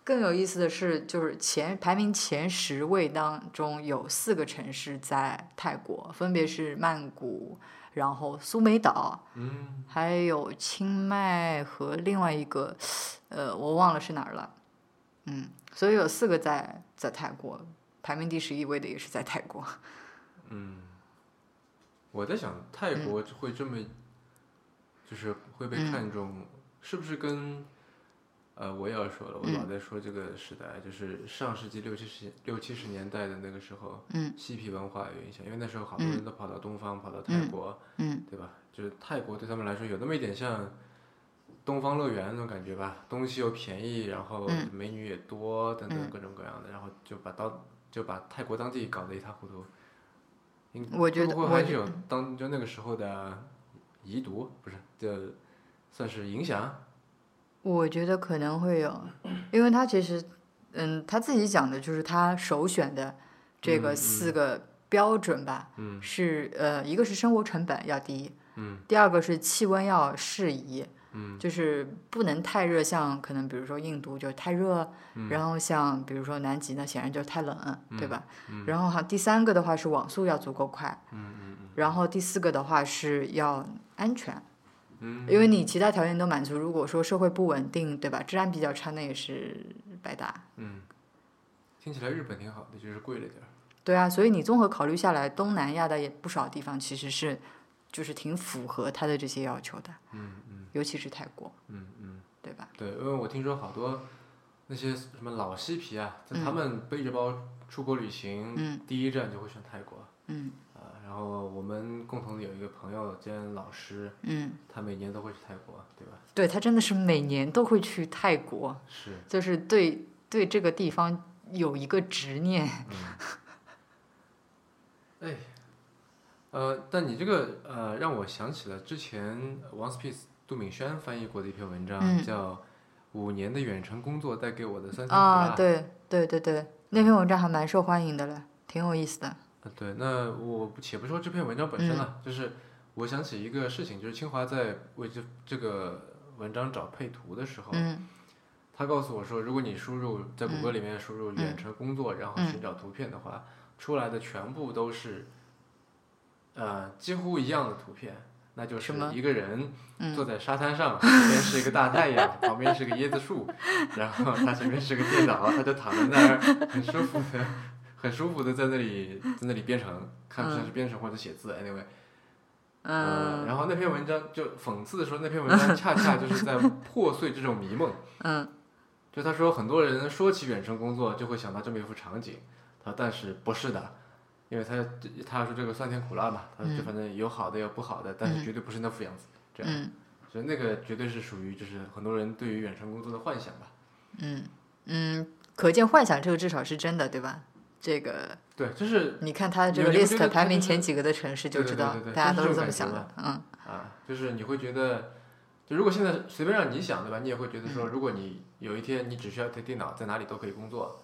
Speaker 2: 更有意思的是，就是前排名前十位当中有四个城市在泰国，分别是曼谷，然后苏梅岛，
Speaker 1: 嗯
Speaker 2: 还有清迈和另外一个，呃，我忘了是哪儿了。嗯，所以有四个在在泰国，排名第十一位的也是在泰国。
Speaker 1: 嗯，我在想泰国会这么，就是会被
Speaker 2: 嗯
Speaker 1: 看中，是不是跟？呃，我也要说了，我
Speaker 2: 嗯
Speaker 1: 老在说这个时代，就是上世纪六七十六七十年代的那个时候，
Speaker 2: 嗯
Speaker 1: 嬉皮文化有影响，因为那时候好多
Speaker 2: 嗯
Speaker 1: 人都跑到东方，跑到泰
Speaker 2: 嗯
Speaker 1: 国，
Speaker 2: 嗯
Speaker 1: 对吧？就是泰国对他们来说有那么一点像东方乐园那种感觉吧，东西又便宜，然后
Speaker 2: 嗯
Speaker 1: 美女也多，等等
Speaker 2: 嗯
Speaker 1: 各种各样的，然后就把当就把泰国当地搞得一塌糊涂。应
Speaker 2: 我觉得
Speaker 1: 会不
Speaker 2: 我
Speaker 1: 会还
Speaker 2: 觉嗯
Speaker 1: 是有当就那个时候的遗毒，不是就算是影响？
Speaker 2: 我觉得可能会有，因为他其实，嗯，他自己讲的就是他首选的这
Speaker 1: 嗯
Speaker 2: 个
Speaker 1: 嗯
Speaker 2: 四个标准吧，
Speaker 1: 嗯
Speaker 2: 是呃，一个是生活成本要低，
Speaker 1: 嗯
Speaker 2: 第二个是气温要适宜，
Speaker 1: 嗯
Speaker 2: 就是不能太热，像可能比如说印度就太热，
Speaker 1: 嗯
Speaker 2: 然后像比如说南极呢，显然就太冷，对吧？
Speaker 1: 嗯
Speaker 2: 然后哈，第三个的话是网速要足够快，
Speaker 1: 嗯嗯嗯
Speaker 2: 然后第四个的话是要安全，
Speaker 1: 嗯，
Speaker 2: 因为你其他条件都满足，如果说社会不稳定，对吧？治安比较差，那也是白搭。
Speaker 1: 嗯，听起来日本挺好的，就是贵了点儿。
Speaker 2: 对啊，所以你综合考虑下来，东南亚的也不少地方其实是就是挺符合他的这些要求的，
Speaker 1: 嗯嗯
Speaker 2: 尤其是泰国，
Speaker 1: 嗯嗯，
Speaker 2: 对吧？
Speaker 1: 对，因为我听说好多那些什么老嬉皮啊，就
Speaker 2: 嗯
Speaker 1: 他们背着包出国旅行，
Speaker 2: 嗯
Speaker 1: 第一站就会选泰国。
Speaker 2: 嗯
Speaker 1: 啊，然后我们共同的有一个朋友兼老师，
Speaker 2: 嗯，
Speaker 1: 他每年都会去泰国，对吧？
Speaker 2: 对他真的是每年都会去泰国，
Speaker 1: 是，
Speaker 2: 就是对对这个地方有一个执念。
Speaker 1: 哎，呃，但你这个呃，让我想起了之前《One Piece》杜敏轩翻译过的一篇文章，
Speaker 2: 嗯
Speaker 1: 叫《五年的远程工作带给我的三天苦辣》
Speaker 2: 啊，对对对对，那篇文章还蛮受欢迎的了，挺有意思的。
Speaker 1: 呃对，那我不且不说这篇文章本身
Speaker 2: 嗯
Speaker 1: 了，就是我想起一个事情，就是清华在为这这个文章找配图的时候，
Speaker 2: 嗯
Speaker 1: 他告诉我说，如果你输入在谷歌里面输入
Speaker 2: 嗯
Speaker 1: 远程工作，然后
Speaker 2: 嗯
Speaker 1: 寻找图片的话，出来的全部都是，呃，几乎一样的图片，那就
Speaker 2: 什
Speaker 1: 是
Speaker 2: 么
Speaker 1: 一个人坐
Speaker 2: 嗯，
Speaker 1: 在沙滩上，旁边是一个大太阳，旁边是个椰子树， 然后他前面是个电脑，他就躺在那儿，很舒服的，很舒服的在那里在那里编程，看不像是编程或者写字，anyway，呃，
Speaker 2: 嗯
Speaker 1: 然后那篇文章就讽刺的说，那篇文章恰恰就是在破碎这种迷梦。
Speaker 2: 嗯
Speaker 1: 就他说，很多人说起远程工作，就会想到这么一幅场景。他说但是不是的，因为他他说这个酸甜苦辣嘛，他说
Speaker 2: 嗯
Speaker 1: 就反正有好的有不好的，但是绝对不是那副样子。这样，
Speaker 2: 嗯
Speaker 1: 所以那个绝对是属于就是很多人对于远程工作的幻想吧。
Speaker 2: 嗯嗯，可见幻想这个至少是真的，对吧？这个
Speaker 1: 对，就是
Speaker 2: 你看它的这
Speaker 1: 你
Speaker 2: 个
Speaker 1: 你不觉得
Speaker 2: list
Speaker 1: 它
Speaker 2: 排名
Speaker 1: 就是
Speaker 2: 前几个的城市就
Speaker 1: 对对
Speaker 2: 知
Speaker 1: 对
Speaker 2: 道
Speaker 1: 对对
Speaker 2: 大家
Speaker 1: 就
Speaker 2: 都
Speaker 1: 是
Speaker 2: 是
Speaker 1: 这
Speaker 2: 这么
Speaker 1: 种
Speaker 2: 想
Speaker 1: 感
Speaker 2: 的。嗯
Speaker 1: 啊，就是你会觉得，就如果现在随便让你想，对吧？你也会觉得说，
Speaker 2: 嗯
Speaker 1: 如果你有一天你只需要台电脑，在哪里都可以工作，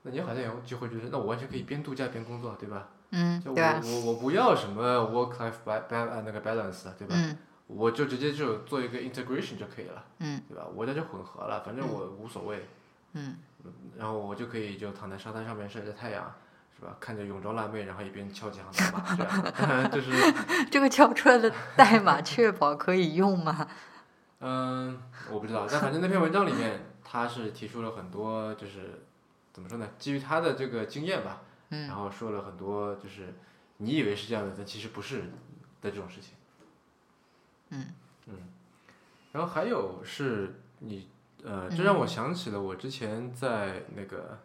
Speaker 1: 那你好像也就会觉得，那我完全可以边度假边工作，对吧？
Speaker 2: 嗯，
Speaker 1: 就
Speaker 2: 对
Speaker 1: 我
Speaker 2: 吧？
Speaker 1: 我我不要什么 work life ba- ba- 呃那个 balance 啊，对吧？
Speaker 2: 嗯
Speaker 1: 我就直接就做一个 integration 就可以了，
Speaker 2: 嗯，
Speaker 1: 对吧？我这就混合了，反正我无所谓，
Speaker 2: 嗯
Speaker 1: 然后我就可以就躺在沙滩上面晒晒太阳，是吧？看着泳装辣妹，然后一边敲几行代码，这样， 当然就是，
Speaker 2: 这个敲出来的代码确保可以用吗？
Speaker 1: 嗯，我不知道，但反正那篇文章里面，他是提出了很多，就是怎么说呢？基于他的这个经验吧，然
Speaker 2: 嗯
Speaker 1: 后说了很多，就是你以为是这样的，但其实不是的这种事情。
Speaker 2: 嗯
Speaker 1: 然后还有是你呃，这
Speaker 2: 嗯
Speaker 1: 让我想起了我之前在那个，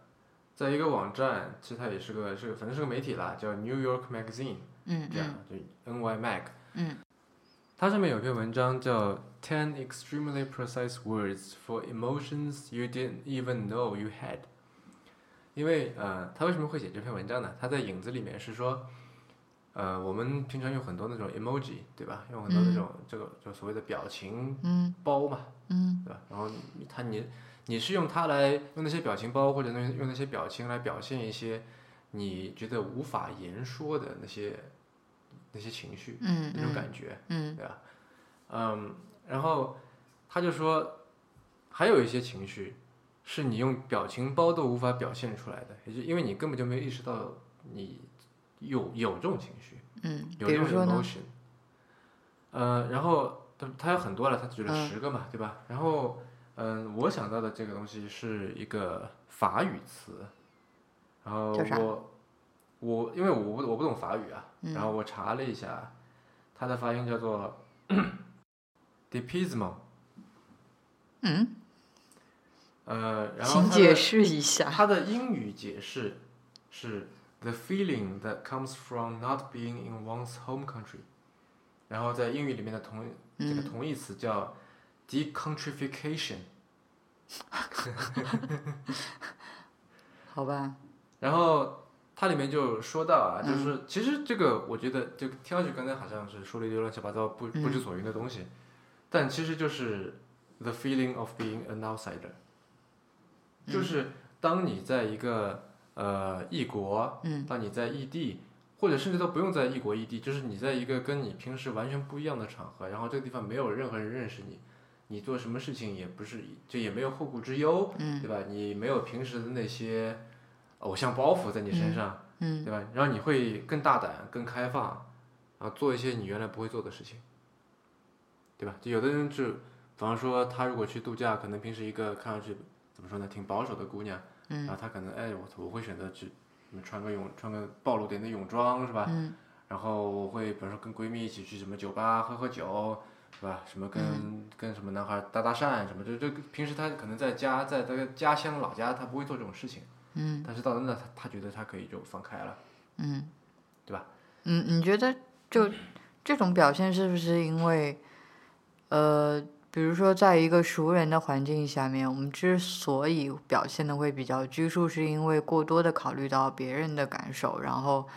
Speaker 1: 在一个网站，其实它也是个是个反正是个媒体啦，叫 New York Magazine，
Speaker 2: 嗯
Speaker 1: 这样
Speaker 2: 嗯
Speaker 1: 就 NY Mag，
Speaker 2: 嗯
Speaker 1: 它上面有篇文章叫《Ten Extremely Precise Words for Emotions You Didn't Even Know You Had》。因为呃，他为什么会写这篇文章呢？他在影子里面是说，呃，我们平常用很多那种 emoji，对吧？用很多那种、这个就所谓的表情
Speaker 2: 嗯
Speaker 1: 包嘛，
Speaker 2: 嗯
Speaker 1: 对吧？然后他你你是用它来用那些表情包或者用用那些表情来表现一些你觉得无法言说的那些那些情绪
Speaker 2: 嗯
Speaker 1: 那种感觉。
Speaker 2: 嗯
Speaker 1: 对吧？嗯，然后他就说，还有一些情绪是你用表情包都无法表现出来的，也就因为你根本就没有意识到你有有这种情绪，
Speaker 2: 嗯，
Speaker 1: 有
Speaker 2: 比
Speaker 1: 这
Speaker 2: 如说
Speaker 1: 种
Speaker 2: 呢？
Speaker 1: emotion。呃，然后他他有很多了，他举了
Speaker 2: 嗯
Speaker 1: 十个嘛，对吧？然后嗯、我想到的这个东西是一个法语词，然后
Speaker 2: 叫啥
Speaker 1: 我我因为我不我不懂法语啊，
Speaker 2: 嗯
Speaker 1: 然后我查了一下，它的发音叫做 depismo，
Speaker 2: 嗯，
Speaker 1: 呃，然后它
Speaker 2: 请解
Speaker 1: 的
Speaker 2: 释一下。
Speaker 1: 它的英语解释是 the feeling that comes from not being in one's home country，然后在英语里面的同这个
Speaker 2: 嗯
Speaker 1: 同义词叫 decountrification，
Speaker 2: 好吧，
Speaker 1: 然后它里面就说到啊，就是其实这个我觉得就听上去刚才好像是说了一堆乱七八糟不不知所云的东西，但其实就是 the feeling of being an outsider，就是当你在一个呃异国，
Speaker 2: 嗯
Speaker 1: 当你在异地。或者甚至都不用在异国异地，就是你在一个跟你平时完全不一样的场合，然后这个地方没有任何人认识你，你做什么事情也不是，就也没有后顾之忧，
Speaker 2: 嗯
Speaker 1: 对吧？你没有平时的那些偶像包袱在你身上，
Speaker 2: 嗯
Speaker 1: 对吧？然后你啊会更大胆、更开放，然后做一些你原来不会做的事情。对吧？就有的人就，比方说她如果去度假，可能平时一个看上去怎么说呢，挺保守的姑娘，然
Speaker 2: 嗯
Speaker 1: 后她可能哎，我我会选择去嗯穿个泳穿个暴露点的泳装是吧？
Speaker 2: 嗯
Speaker 1: 然后我会比如说跟闺蜜一起去什么酒吧喝喝酒，是吧？什么跟、
Speaker 2: 嗯
Speaker 1: 跟什么男孩搭搭讪什么，就就平时她可能在家在她的家乡老家，她不会做这种事情，
Speaker 2: 嗯
Speaker 1: 但是到了那她她觉得她可以就放开了，
Speaker 2: 嗯，
Speaker 1: 对吧？
Speaker 2: 嗯，你觉得就这种表现是不是因为，呃，比如说在一个熟人的环境下面，我们之所以表现的会比较拘束，是因为过多的考虑到别人的感受，然后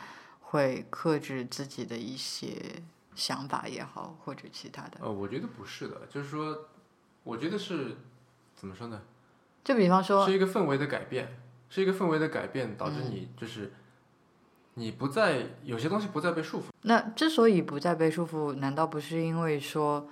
Speaker 2: 会克制自己的一些想法也好，或者其他的。
Speaker 1: 呃，我觉得不是的，就是说，我觉得是怎么说呢？
Speaker 2: 就比方说，
Speaker 1: 是一个氛围的改变，是一个氛围的改变导致
Speaker 2: 嗯
Speaker 1: 你就是、你不再有些东西不再被束缚。
Speaker 2: 那之所以不再被束缚，难道不是因为说，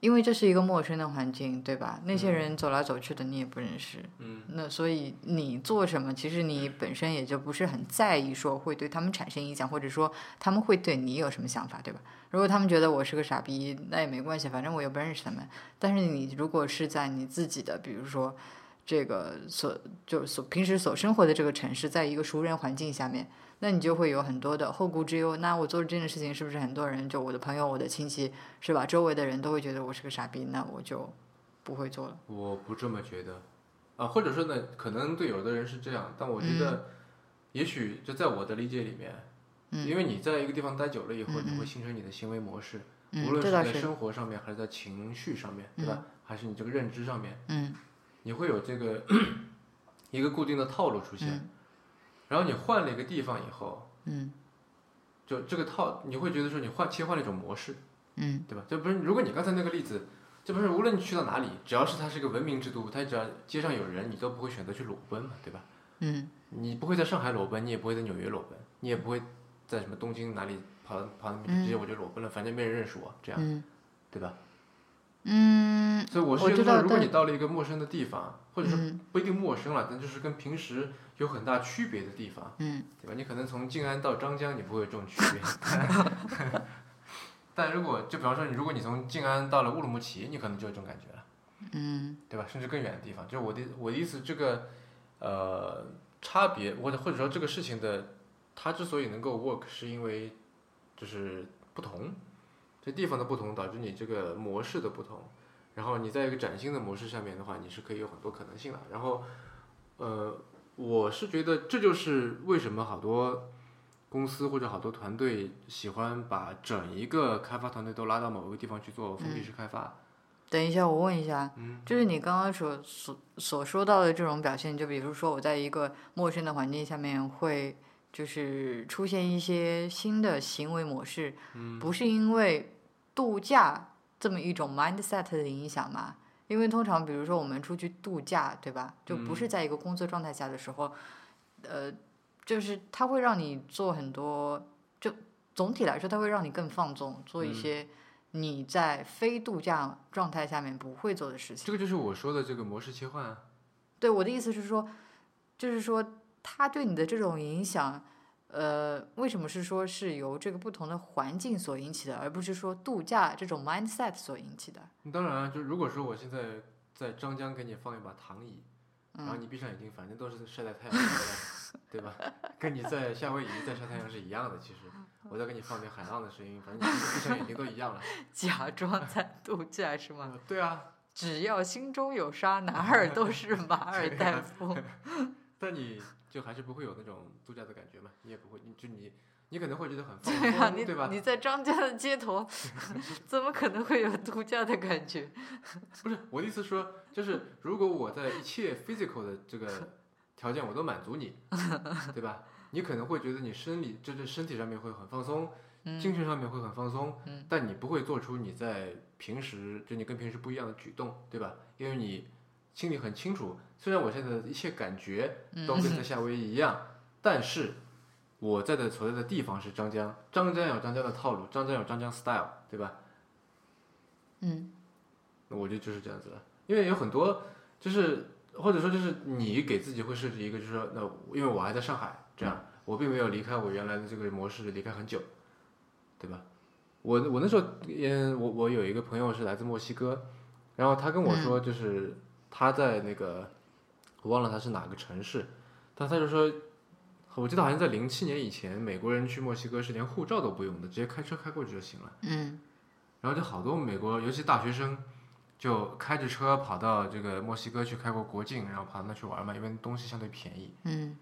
Speaker 2: 因为这是一个陌生的环境，对吧？那些人走来走去的，你也不认识。
Speaker 1: 嗯。
Speaker 2: 那所以你做什么，其实你本身也就不是很在意，说会对他们产生影响，或者说他们会对你有什么想法，对吧？如果他们觉得我是个傻逼，那也没关系，反正我又不认识他们。但是你如果是在你自己的，比如说这个所就所平时所生活的这个城市，在一个熟人环境下面，那你就会有很多的后顾之忧。那我做了这件事情，是不是很多人就我的朋友、我的亲戚，是吧？周围的人都会觉得我是个傻逼，那我就不会做了。
Speaker 1: 我不这么觉得，啊，或者说呢，可能对有的人是这样，但我觉得，也许就在我的理解里面，
Speaker 2: 嗯
Speaker 1: 因为你在一个地方待久了以后，
Speaker 2: 嗯嗯
Speaker 1: 你会形成你的行为模式，无
Speaker 2: 嗯，
Speaker 1: 论
Speaker 2: 这
Speaker 1: 是
Speaker 2: 倒
Speaker 1: 在
Speaker 2: 是，
Speaker 1: 生活上面，还是在情绪上面，对吧？还是你这个认知上面，
Speaker 2: 嗯
Speaker 1: 你会有这个 一个固定的套路出现，然后你换了一个地方以后，
Speaker 2: 嗯
Speaker 1: 就这个套，你会觉得说你换切换了一种模式，
Speaker 2: 嗯
Speaker 1: 对吧？就不是，如果你刚才那个例子，就不是无论你去到哪里，只要是它是一个文明之都，它只要街上有人，你都不会选择去裸奔嘛，对吧？
Speaker 2: 嗯
Speaker 1: 你不会在上海裸奔，你也不会在纽约裸奔，你也不会在什么东京哪里跑到跑到那边去直接我就裸奔了，反正没人认识我，这样
Speaker 2: 嗯
Speaker 1: 对吧？
Speaker 2: 嗯
Speaker 1: 所以我是
Speaker 2: 我
Speaker 1: 觉得
Speaker 2: 知
Speaker 1: 说，
Speaker 2: 道
Speaker 1: 如果
Speaker 2: 但
Speaker 1: 你到了一个陌生的地方，或者说
Speaker 2: 嗯
Speaker 1: 不一定陌生了，但就是跟平时有很大区别的地方，
Speaker 2: 嗯
Speaker 1: 对吧？你可能从静安到张江，你不会有这种区别。 但如果就比方说你，如果你从静安到了乌鲁木齐，你可能就有这种感觉了，
Speaker 2: 嗯
Speaker 1: 对吧？甚至更远的地方。就是我的我的意思，这个呃差别，或者或者说这个事情的，它之所以能够 work，是因为就是不同，这地方的不同导致你这个模式的不同。然后你在一个崭新的模式下面的话，你是可以有很多可能性的。然后，呃，我是觉得这就是为什么好多公司或者好多团队喜欢把整一个开发团队都拉到某一个地方去做封闭式开发。
Speaker 2: 等一下，我问一下，
Speaker 1: 嗯
Speaker 2: 就是你刚刚所所所说到的这种表现，就比如说我在一个陌生的环境下面会。就是出现一些新的行为模式，
Speaker 1: 嗯
Speaker 2: 不是因为度假这么一种 mindset 的影响嘛？因为通常比如说我们出去度假，对吧？就不
Speaker 1: 嗯
Speaker 2: 是在一个工作状态下的时候，呃，就是它会让你做很多，就总体来说，它会让你更放纵，做一
Speaker 1: 嗯
Speaker 2: 些你在非度假状态下面不会做的事情。
Speaker 1: 这个就是我说的这个模式切换啊。
Speaker 2: 对，我的意思是说，就是说它对你的这种影响，呃，为什么是说是由这个不同的环境所引起的，而不是说度假这种 mindset 所引起的？
Speaker 1: 当然啊，就如果说我现在在张江给你放一把躺椅，然后
Speaker 2: 嗯
Speaker 1: 你闭上眼睛，反正都是晒晒太阳， 对吧？跟你在夏威夷在晒太阳是一样的。其实我再给你放点海浪的声音，反正你闭上眼睛都一样了。
Speaker 2: 假装在度假是吗？
Speaker 1: 呃对啊，
Speaker 2: 只要心中有沙，哪儿都是马尔代 夫。
Speaker 1: 但你就还是不会有那种度假的感觉嘛，你也不会，你就你你可能会觉得很放
Speaker 2: 对哎呀、
Speaker 1: 松，
Speaker 2: 你
Speaker 1: 对吧？
Speaker 2: 你在张家的街头， 怎么可能会有度假的感觉？
Speaker 1: 不是我的意思说，就是如果我在一切 physical 的这个条件我都满足 你，对吧？你可能会觉得你生理就是身体上面会很放松，精
Speaker 2: 嗯
Speaker 1: 神上面会很放松，
Speaker 2: 嗯
Speaker 1: 但你不会做出你在平时就你跟平时不一样的举动，对吧？因为你心里很清楚，虽然我现在的一切感觉都
Speaker 2: 嗯
Speaker 1: 跟在夏威夷一样，但是我在的所在的地方是张江，张江有张江的套路，张江有张江 style，对吧？
Speaker 2: 嗯
Speaker 1: 那我觉得就是这样子了，因为有很多就是或者说就是你给自己会设置一个，就是说那我因为我还在上海，这样我并没有离开我原来的这个模式，离开很久，对吧？我我那时候，嗯，我我有一个朋友是来自墨西哥，然后他跟我说，就是他在那个、我忘了他是哪个城市，但他就说，我记得好像在零七年以前，美国人去墨西哥是连护照都不用的，直接开车开过去就行了。
Speaker 2: 嗯
Speaker 1: 然后就好多美国，尤其大学生，就开着车跑到这个墨西哥去开过国境，然后跑到那去玩嘛，因为东西相对便宜。
Speaker 2: 嗯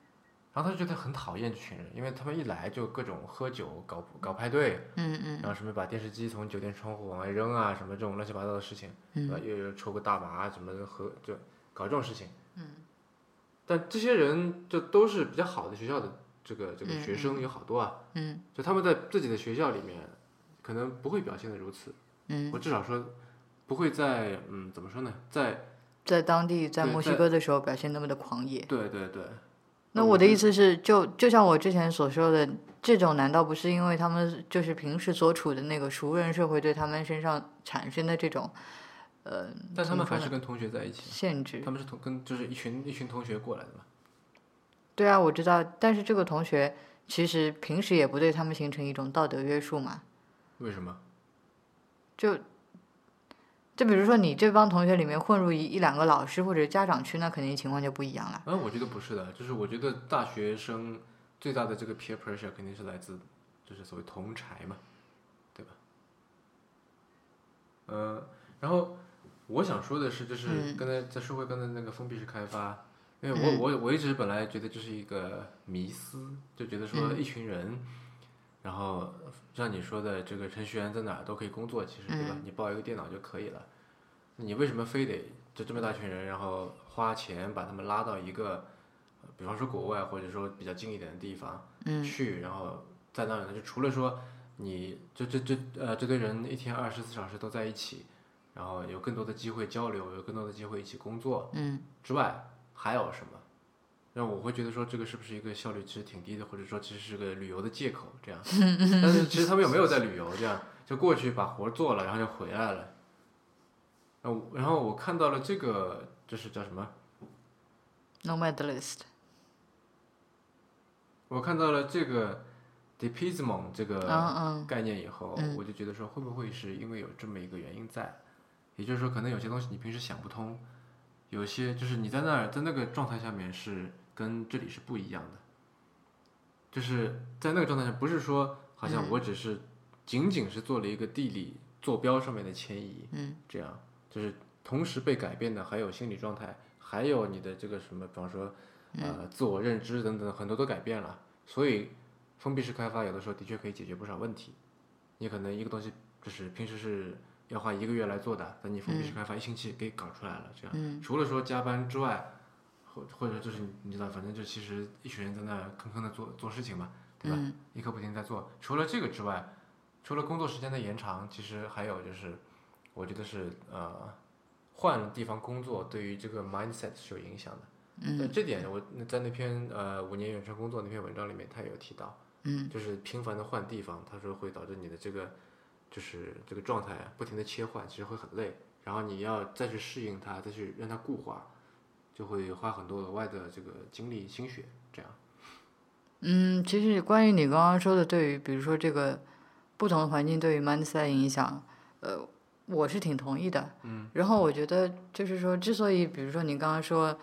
Speaker 1: 然后他就觉得很讨厌这群人，因为他们一来就各种喝酒、搞搞派对，
Speaker 2: 嗯嗯
Speaker 1: 然后什么把电视机从酒店窗户往外扔啊，什么这种乱七八糟的事情，
Speaker 2: 嗯
Speaker 1: 啊，又有抽个大麻什么的，和就搞这种事情。嗯。但这些人就都是比较好的学校的这个这个
Speaker 2: 嗯
Speaker 1: 学生有好多啊，
Speaker 2: 嗯
Speaker 1: 就他们在自己的学校里面，可能不会表现的如此，
Speaker 2: 嗯，
Speaker 1: 我至少说不会在嗯怎么说呢，在
Speaker 2: 在当地在
Speaker 1: 对
Speaker 2: 墨西
Speaker 1: 在
Speaker 2: 哥的时候表现那么的狂野。
Speaker 1: 对对对。
Speaker 2: 那我的意
Speaker 1: 思，
Speaker 2: 思是，就就像我之前所说的，这种难道不是因为他们就是平时所处的那个熟人社会对他们身上产生的这种呃
Speaker 1: 但他
Speaker 2: 怎么
Speaker 1: 们
Speaker 2: 说
Speaker 1: 还
Speaker 2: 呢
Speaker 1: 是跟同学在一起，
Speaker 2: 限制？
Speaker 1: 他们是同跟就是一群一群同学过来的嘛。
Speaker 2: 对啊，我知道，但是这个同学其实平时也不对他们形成一种道德约束嘛。
Speaker 1: 为什么？
Speaker 2: 就就比如说你这帮同学里面混入一一两个老师或者家长去，那肯定情况就不一样了。
Speaker 1: 嗯，我觉得不是的，就是我觉得大学生最大的这个 peer pressure 肯定是来自，就是所谓同柴嘛，对吧？呃，然后我想说的是，就是
Speaker 2: 嗯
Speaker 1: 刚才再说回刚才那个封闭式开发，因为我、我我一直本来觉得这是一个迷思，就觉得说一群人，然后像你说的这个程序员在哪儿都可以工作，其实对吧？你抱一个电脑就可以了，你为什么非得就这么大群人，然后花钱把他们拉到一个，呃比方说国外或者说比较近一点的地方、
Speaker 2: 嗯
Speaker 1: 去，然后在那里呢，就除了说你这这这呃这堆人一天二十四小时都在一起，然后有更多的机会交流，有更多的机会一起工作
Speaker 2: 嗯
Speaker 1: 之外，还有什么？让我会觉得说这个是不是一个效率其实挺低的，或者说其实是个旅游的借口这样。但是其实他们也没有在旅游，这样就过去把活儿做了，然后就回来了。然后然后我看到了这个，就是叫什么？
Speaker 2: ，nomad list。
Speaker 1: 我看到了这个 depism 这个
Speaker 2: 嗯
Speaker 1: 概念以后，
Speaker 2: 嗯
Speaker 1: 我就觉得说，会不会是因为有这么一个原因在？也就是说，可能有些东西你平时想不通，有些就是你在那儿在那个状态下面是跟这里是不一样的，就是在那个状态下，不是说好
Speaker 2: 嗯
Speaker 1: 像我只是仅仅是做了一个地理坐标上面的迁移，
Speaker 2: 嗯，
Speaker 1: 这样就是同时被改变的，还有心理状态，还有你的这个什么，比方说呃自我认知等等，很多都改变了，所以封闭式开发有的时候的确可以解决不少问题。你可能一个东西就是平时是要花一个月来做的，但你封闭式开发一星期给搞出来了，这样。
Speaker 2: 嗯
Speaker 1: 除了说加班之外，或或者就是你知道，反正就其实一群人在那儿坑坑的做做事情嘛，对吧？
Speaker 2: 嗯
Speaker 1: 一刻不停地在做。除了这个之外，除了工作时间的延长，其实还有就是，我觉得是呃，换了地方工作对于这个 mindset 是有影响的。那
Speaker 2: 嗯
Speaker 1: 这点我那在那篇呃五年远程工作那篇文章里面，他也有提到，
Speaker 2: 嗯
Speaker 1: 就是频繁的换地方，他说会导致你的这个就是这个状态啊不停的切换，其实会很累，然后你要再去适应它，再去让它固化，就会花很多额外的这个精力心血，这样，
Speaker 2: 嗯，其实关于你刚刚说的，对于比如说这个不同的环境对于 mindset 的影响，呃，我是挺同意的。嗯。然后我觉得就是说，之所以比如说你刚刚说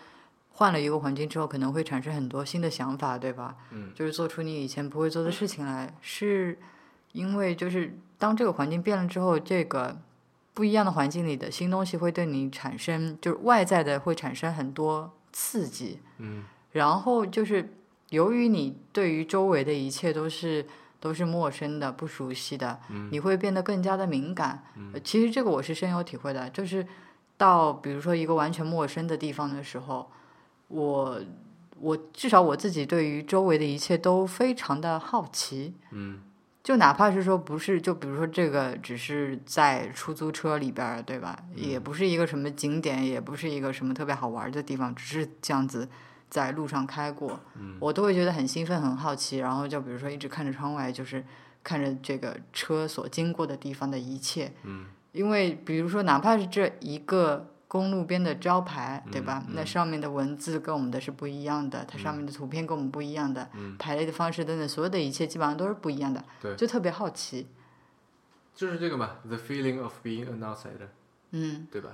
Speaker 2: 换了一个环境之后，可能会产生很多新的想法，对吧？
Speaker 1: 嗯。
Speaker 2: 就是做出你以前不会做的事情来，是因为就是当这个环境变了之后，这个不一样的环境里的新东西会对你产生，就是外在的会产生很多刺激。
Speaker 1: 嗯
Speaker 2: 然后就是由于你对于周围的一切都是都是陌生的、不熟悉的，你会变得更加的敏感。呃其实这个我是深有体会的，就是到比如说一个完全陌生的地方的时候，我我至少我自己对于周围的一切都非常的好奇。
Speaker 1: 嗯
Speaker 2: 就哪怕是说不是，就比如说这个只是在出租车里边儿，对吧？也不是一个什么景点，也不是一个什么特别好玩儿的地方，只是这样子在路上开过，
Speaker 1: 嗯
Speaker 2: 我都会觉得很兴奋、很好奇。然后就比如说一直看着窗外，就是看着这个车所经过的地方的一切，
Speaker 1: 嗯
Speaker 2: 因为比如说哪怕是这一个。公路边的招牌，对吧？
Speaker 1: 嗯
Speaker 2: 那上面的文字跟我们的是不一样的，它上面的图片跟我们不一样
Speaker 1: 嗯
Speaker 2: 的，排列的方式等等，所有的一切基本上都是不一样的。
Speaker 1: 对
Speaker 2: 就特别好奇。
Speaker 1: 就是这个嘛，the feeling of being an outsider，
Speaker 2: 嗯
Speaker 1: 对吧？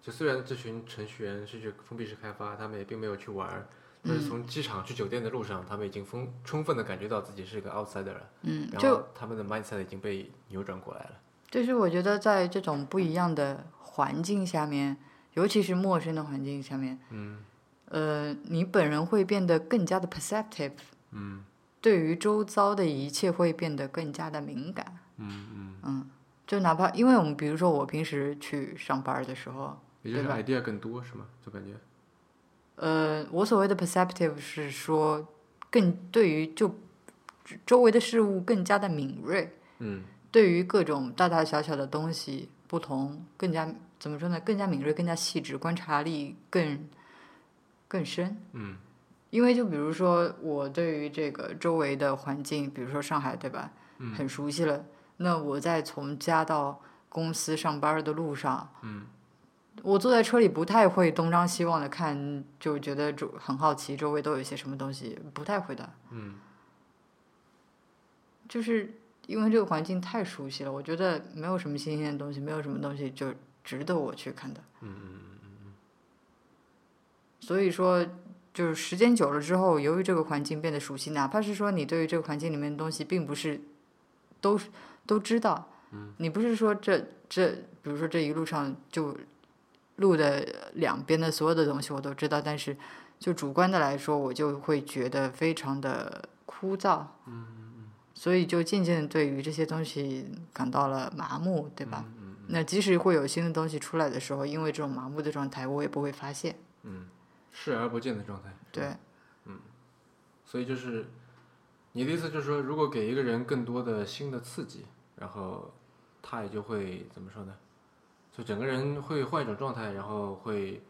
Speaker 1: 就虽然这群程序员是去封闭式开发，他们也并没有去玩儿，但
Speaker 2: 嗯
Speaker 1: 是从机场去酒店的路上，他们已经充充分的感觉到自己是个 outsider 了，
Speaker 2: 嗯，
Speaker 1: 然
Speaker 2: 就
Speaker 1: 后他们的 mindset 已经被扭转过来了。
Speaker 2: 就是我觉得在这种不一样的环境下面，尤其是陌生的环境下面，
Speaker 1: 嗯
Speaker 2: 呃，你本人会变得更加的 perceptive，
Speaker 1: 嗯
Speaker 2: 对于周遭的一切会变得更加的敏感。
Speaker 1: 嗯嗯，
Speaker 2: 嗯，就哪怕因为我们比如说我平时去上班的时候，
Speaker 1: 也就是
Speaker 2: 对吧
Speaker 1: idea 更多是吗？就感觉
Speaker 2: 呃，我所谓的 perceptive 是说更对于就周围的事物更加的敏锐，
Speaker 1: 嗯
Speaker 2: 对于各种大大小小的东西不同，更加怎么说呢？更加敏锐，更加细致，观察力更更深。
Speaker 1: 嗯
Speaker 2: 因为就比如说，我对于这个周围的环境，比如说上海，对吧？
Speaker 1: 嗯
Speaker 2: 很熟悉了。那我在从家到公司上班的路上，
Speaker 1: 嗯
Speaker 2: 我坐在车里不太会东张西望的看，就觉得周很好奇周围都有一些什么东西，不太会的。
Speaker 1: 嗯
Speaker 2: 就是因为这个环境太熟悉了，我觉得没有什么新鲜的东西，没有什么东西就值得我去看的。
Speaker 1: 嗯嗯
Speaker 2: 所以说，就是时间久了之后，由于这个环境变得熟悉，哪怕是说你对于这个环境里面的东西并不是都都知道，
Speaker 1: 嗯
Speaker 2: 你不是说这这，比如说这一路上就路的两边的所有的东西我都知道，但是就主观的来说，我就会觉得非常的枯燥，嗯所以就渐渐的对于这些东西感到了麻木，对吧？
Speaker 1: 嗯嗯
Speaker 2: 那即使会有新的东西出来的时候，因为这种麻木的状态，我也不会发现。
Speaker 1: 嗯，视而不见的状态。
Speaker 2: 对，
Speaker 1: 所以就是你的意思就是说，如果给一个人更多的新的刺激，然后他也就会怎么说呢？就整个人会换一种状态，然后会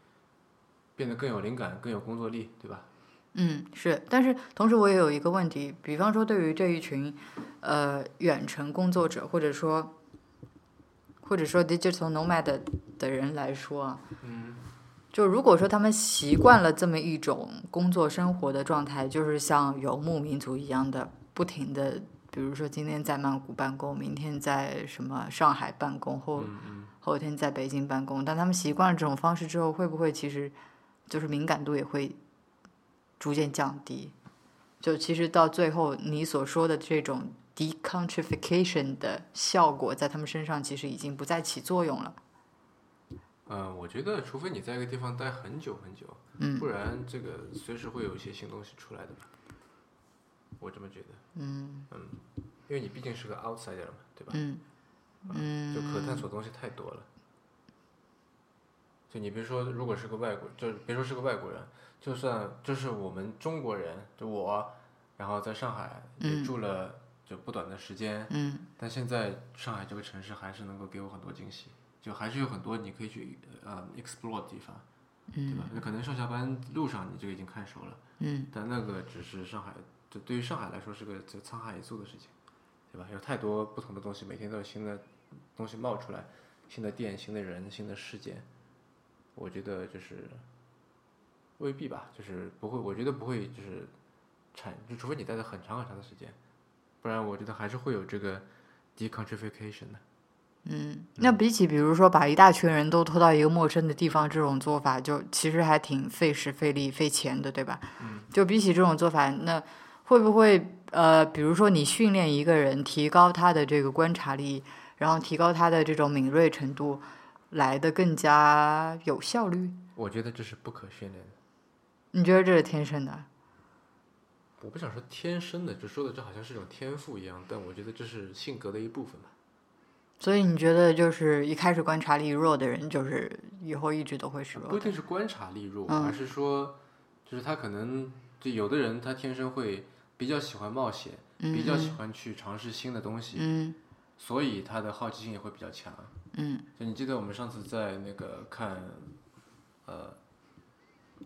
Speaker 1: 变得更有灵感、更有工作力，对吧？
Speaker 2: 嗯，是，但是同时我也有一个问题，比方说对于这一群，呃，远程工作者或者说，或者说 digital nomad 的的人来说啊，
Speaker 1: 嗯
Speaker 2: 就如果说他们习惯了这么一种工作生活的状态，就是像游牧民族一样的不停的，比如说今天在曼谷办公，明天在什么上海办公，后
Speaker 1: 嗯嗯
Speaker 2: 后天在北京办公，当他们习惯了这种方式之后，会不会其实就是敏感度也会逐渐降低？就其实到最后，你所说的这种 decountrification 的效果，在他们身上其实已经不再起作用了。
Speaker 1: 呃，我觉得除非你在一个地方待很久很久，
Speaker 2: 嗯
Speaker 1: 不然这个随时会有一些新东西出来的吧。我这么觉得，
Speaker 2: 嗯
Speaker 1: 因为你毕竟是个 outsider 嘛，对吧？啊
Speaker 2: 嗯嗯
Speaker 1: 就可探索的东西太多了。就你别说，如果是个外国，就是别说是个外国人，就算就是我们中国人，就我，然后在上海也
Speaker 2: 嗯
Speaker 1: 住了就不短的时间，
Speaker 2: 嗯
Speaker 1: 但现在上海这个城市还是能够给我很多惊喜，就还是有很多你可以去呃 explore 的地方，对吧
Speaker 2: 嗯？
Speaker 1: 那可能上下班路上你就已经看熟了，
Speaker 2: 嗯
Speaker 1: 但那个只是上海，就对于上海来说是个就沧海一粟的事情，对吧？有太多不同的东西，每天都有新的东西冒出来，新的店、新的人、新的事件。我觉得就是未必吧，就是不会，我觉得不会，就是产，就除非你待了很长很长的时间，不然我觉得还是会有这个 decontrification 的。
Speaker 2: 嗯。那比起比如说把一大群人都拖到一个陌生的地方，这种做法就其实还挺费时、费力、费钱的，对吧？
Speaker 1: 嗯
Speaker 2: 就比起这种做法，那会不会呃，比如说你训练一个人，提高他的这个观察力，然后提高他的这种敏锐程度，来的更加有效率？
Speaker 1: 我觉得这是不可训练的。
Speaker 2: 你觉得这是天生的？
Speaker 1: 我不想说天生的，就说的这好像是一种天赋一样，但我觉得这是性格的一部分吧。
Speaker 2: 所以你觉得就是一开始观察力弱的人，就是以后一直都会是弱
Speaker 1: 不一
Speaker 2: 的？
Speaker 1: 定是观察力弱，
Speaker 2: 嗯
Speaker 1: 而是说，就是他可能就有的人他天生会比较喜欢冒险，
Speaker 2: 嗯
Speaker 1: 比较喜欢去尝试新的东西，
Speaker 2: 嗯
Speaker 1: 所以他的好奇心也会比较强。
Speaker 2: 嗯
Speaker 1: 就你记得我们上次在那个看，呃，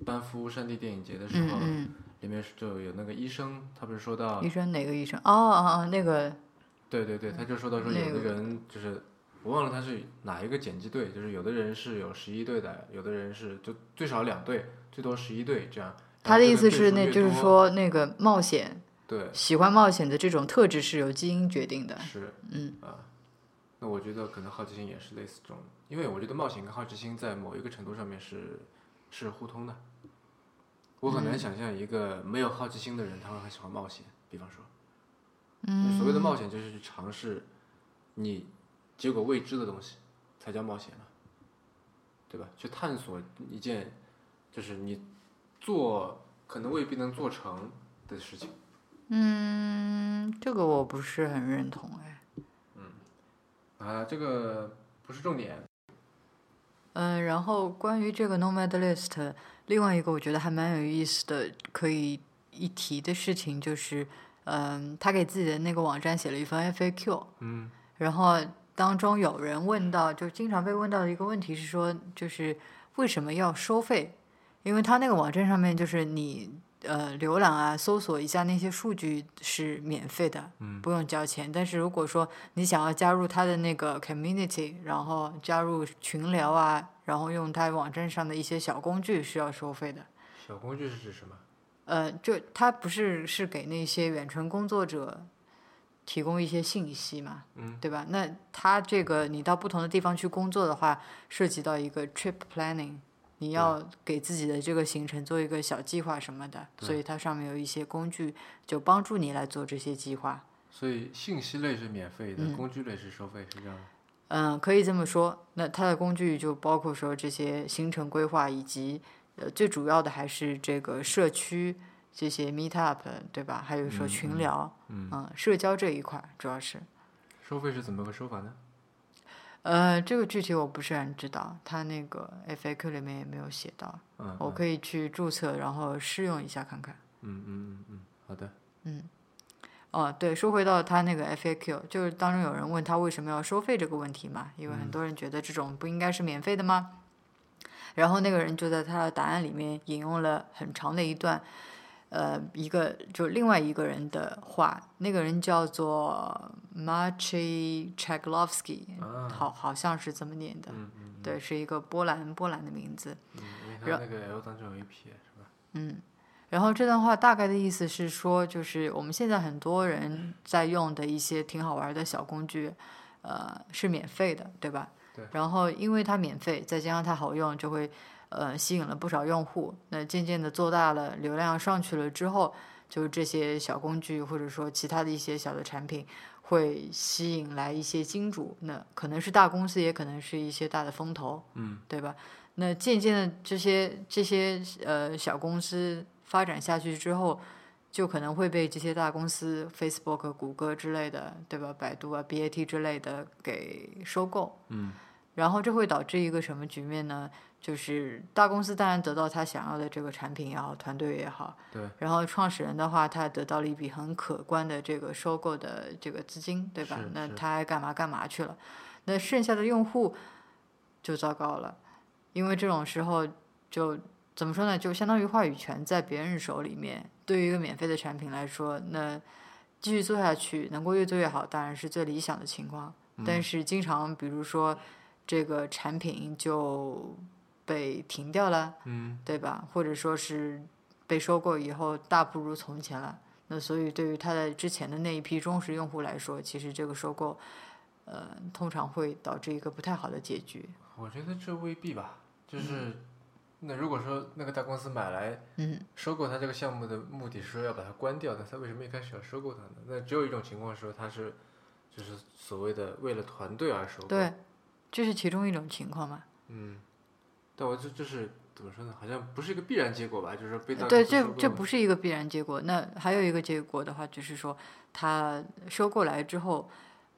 Speaker 1: 班夫山地电影节的时
Speaker 2: 嗯
Speaker 1: 候，啊
Speaker 2: 嗯
Speaker 1: 里面是就有那个医生，他不是说到
Speaker 2: 嗯，医，生哪个医生？哦哦哦，那个
Speaker 1: 对对对，他就说到说
Speaker 2: 嗯那
Speaker 1: 有的
Speaker 2: 个
Speaker 1: 人就是。我忘了他是哪一个剪辑队，就是有的人是有十一队的，有的人是就最少两队，最多十一队这样。然后
Speaker 2: 他的
Speaker 1: 这
Speaker 2: 意
Speaker 1: 个
Speaker 2: 思
Speaker 1: 队
Speaker 2: 是，
Speaker 1: 数
Speaker 2: 那
Speaker 1: 越
Speaker 2: 就是
Speaker 1: 多
Speaker 2: 说那个冒险，
Speaker 1: 对，
Speaker 2: 喜欢冒险的这种特质是由基因决定的。
Speaker 1: 是，
Speaker 2: 嗯
Speaker 1: 啊，那我觉得可能好奇心也是类似这种，因为我觉得冒险跟好奇心在某一个程度上面是是互通的。我很难想象一个没有好奇心的人，他会很喜欢冒险。比方说，
Speaker 2: 嗯，
Speaker 1: 所谓的冒险就是去尝试你结果未知的东西，才叫冒险嘛，对吧？去探索一件就是你做可能未必能做成的事情。
Speaker 2: 嗯，这个我不是很认同哎。
Speaker 1: 啊，这个不是重点。
Speaker 2: 嗯，然后关于这个 Nomad List，另外一个我觉得还蛮有意思的，可以一提的事情就是，嗯，他给自己的那个网站写了一份 FAQ，
Speaker 1: 嗯
Speaker 2: 然后当中有人问到，就经常被问到的一个问题是说，就是为什么要收费？因为他那个网站上面就是你呃浏览啊、搜索一下那些数据是免费的，
Speaker 1: 嗯
Speaker 2: 不用交钱。但是如果说你想要加入他的那个 community，然后加入群聊啊，然后用他网站上的一些小工具是要收费的。
Speaker 1: 小工具是指什么？
Speaker 2: 呃，就他不是是给那些远程工作者提供一些信息嘛，
Speaker 1: 嗯，
Speaker 2: 对吧？那他这个你到不同的地方去工作的话，涉及到一个 trip planning，你要给自己的这个行程做一个小计划什么的，所以它上面有一些工具就帮助你来做这些计划。
Speaker 1: 所以信息类是免费的，
Speaker 2: 嗯
Speaker 1: 工具类是收费，是这样的。
Speaker 2: 嗯，可以这么说。那它的工具就包括说这些行程规划，以及呃最主要的还是这个社区这些 Meetup，对吧？还有说
Speaker 1: 嗯
Speaker 2: 群
Speaker 1: 嗯
Speaker 2: 聊，
Speaker 1: 嗯
Speaker 2: 社交这一块儿主要是。
Speaker 1: 收费是怎么个收法呢？
Speaker 2: 呃，这个具体我不是很知道，它那个 FAQ 里面也没有写到，
Speaker 1: 嗯，
Speaker 2: 我可以去注册，然后试用一下看看。
Speaker 1: 嗯嗯嗯嗯，好的。
Speaker 2: 哦，对，说回到他那个 FAQ，就是当中有人问他为什么要收费这个问题嘛，因为
Speaker 1: 嗯
Speaker 2: 很多人觉得这种不应该是免费的吗？然后那个人就在他的答案里面引用了很长的一段，呃，一个就另外一个人的话，那个人叫做 Maciej Chaglovsky，、
Speaker 1: 啊
Speaker 2: 好好像是这么念的，
Speaker 1: 嗯嗯
Speaker 2: 对，是一个波兰波兰的名字。
Speaker 1: 嗯，因为它那个 L 当中有一撇是吧？
Speaker 2: 嗯，然后这段话大概的意思是说，就是我们现在很多人在用的一些挺好玩的小工具，呃，是免费的，对吧？
Speaker 1: 对
Speaker 2: 然后因为它免费，再加上它好用，就会呃吸引了不少用户。那渐渐的做大了，流量上去了之后，就是这些小工具或者说其他的一些小的产品。会吸引来一些金主，那可能是大公司，也可能是一些大的风投，
Speaker 1: 嗯，
Speaker 2: 对吧？那渐渐的，这些这些呃小公司发展下去之后，就可能会被这些大公司 Facebook、谷歌之类的，对吧？百度啊、BAT 之类的给收购。
Speaker 1: 嗯。
Speaker 2: 然后这会导致一个什么局面呢？就是大公司当然得到他想要的这个产品也好，团队也好，
Speaker 1: 对。
Speaker 2: 然后创始人的话，他得到了一笔很可观的这个收购的这个资金，对吧
Speaker 1: 是？
Speaker 2: 那
Speaker 1: 是
Speaker 2: 他还干嘛干嘛去了？那剩下的用户就糟糕了，因为这种时候就怎么说呢？就相当于话语权在别人手里面。对于一个免费的产品来说，那继续做下去，能够越做越好，当然是最理想的情况。但
Speaker 1: 嗯
Speaker 2: 是经常，比如说这个产品就被停掉了，
Speaker 1: 嗯，
Speaker 2: 对吧？或者说是被收购以后大不如从前了。那所以对于它的之前的那一批忠实用户来说，其实这个收购，呃，通常会导致一个不太好的结局。
Speaker 1: 我觉得这未必吧，就是。那如果说那个大公司买来
Speaker 2: 嗯
Speaker 1: 收购它这个项目的目的是说要把它关掉，那它为什么一开始要收购它呢？那只有一种情况说它是，就是所谓的为了团队而收购。
Speaker 2: 对，这是其中一种情况嘛。
Speaker 1: 嗯，但我就就是怎么说呢，好像不是一个必然结果吧，就是被大
Speaker 2: 对，
Speaker 1: 公司
Speaker 2: 这
Speaker 1: 收购
Speaker 2: 这
Speaker 1: 了
Speaker 2: 不是一个必然结果。那还有一个结果的话，就是说它收购来之后，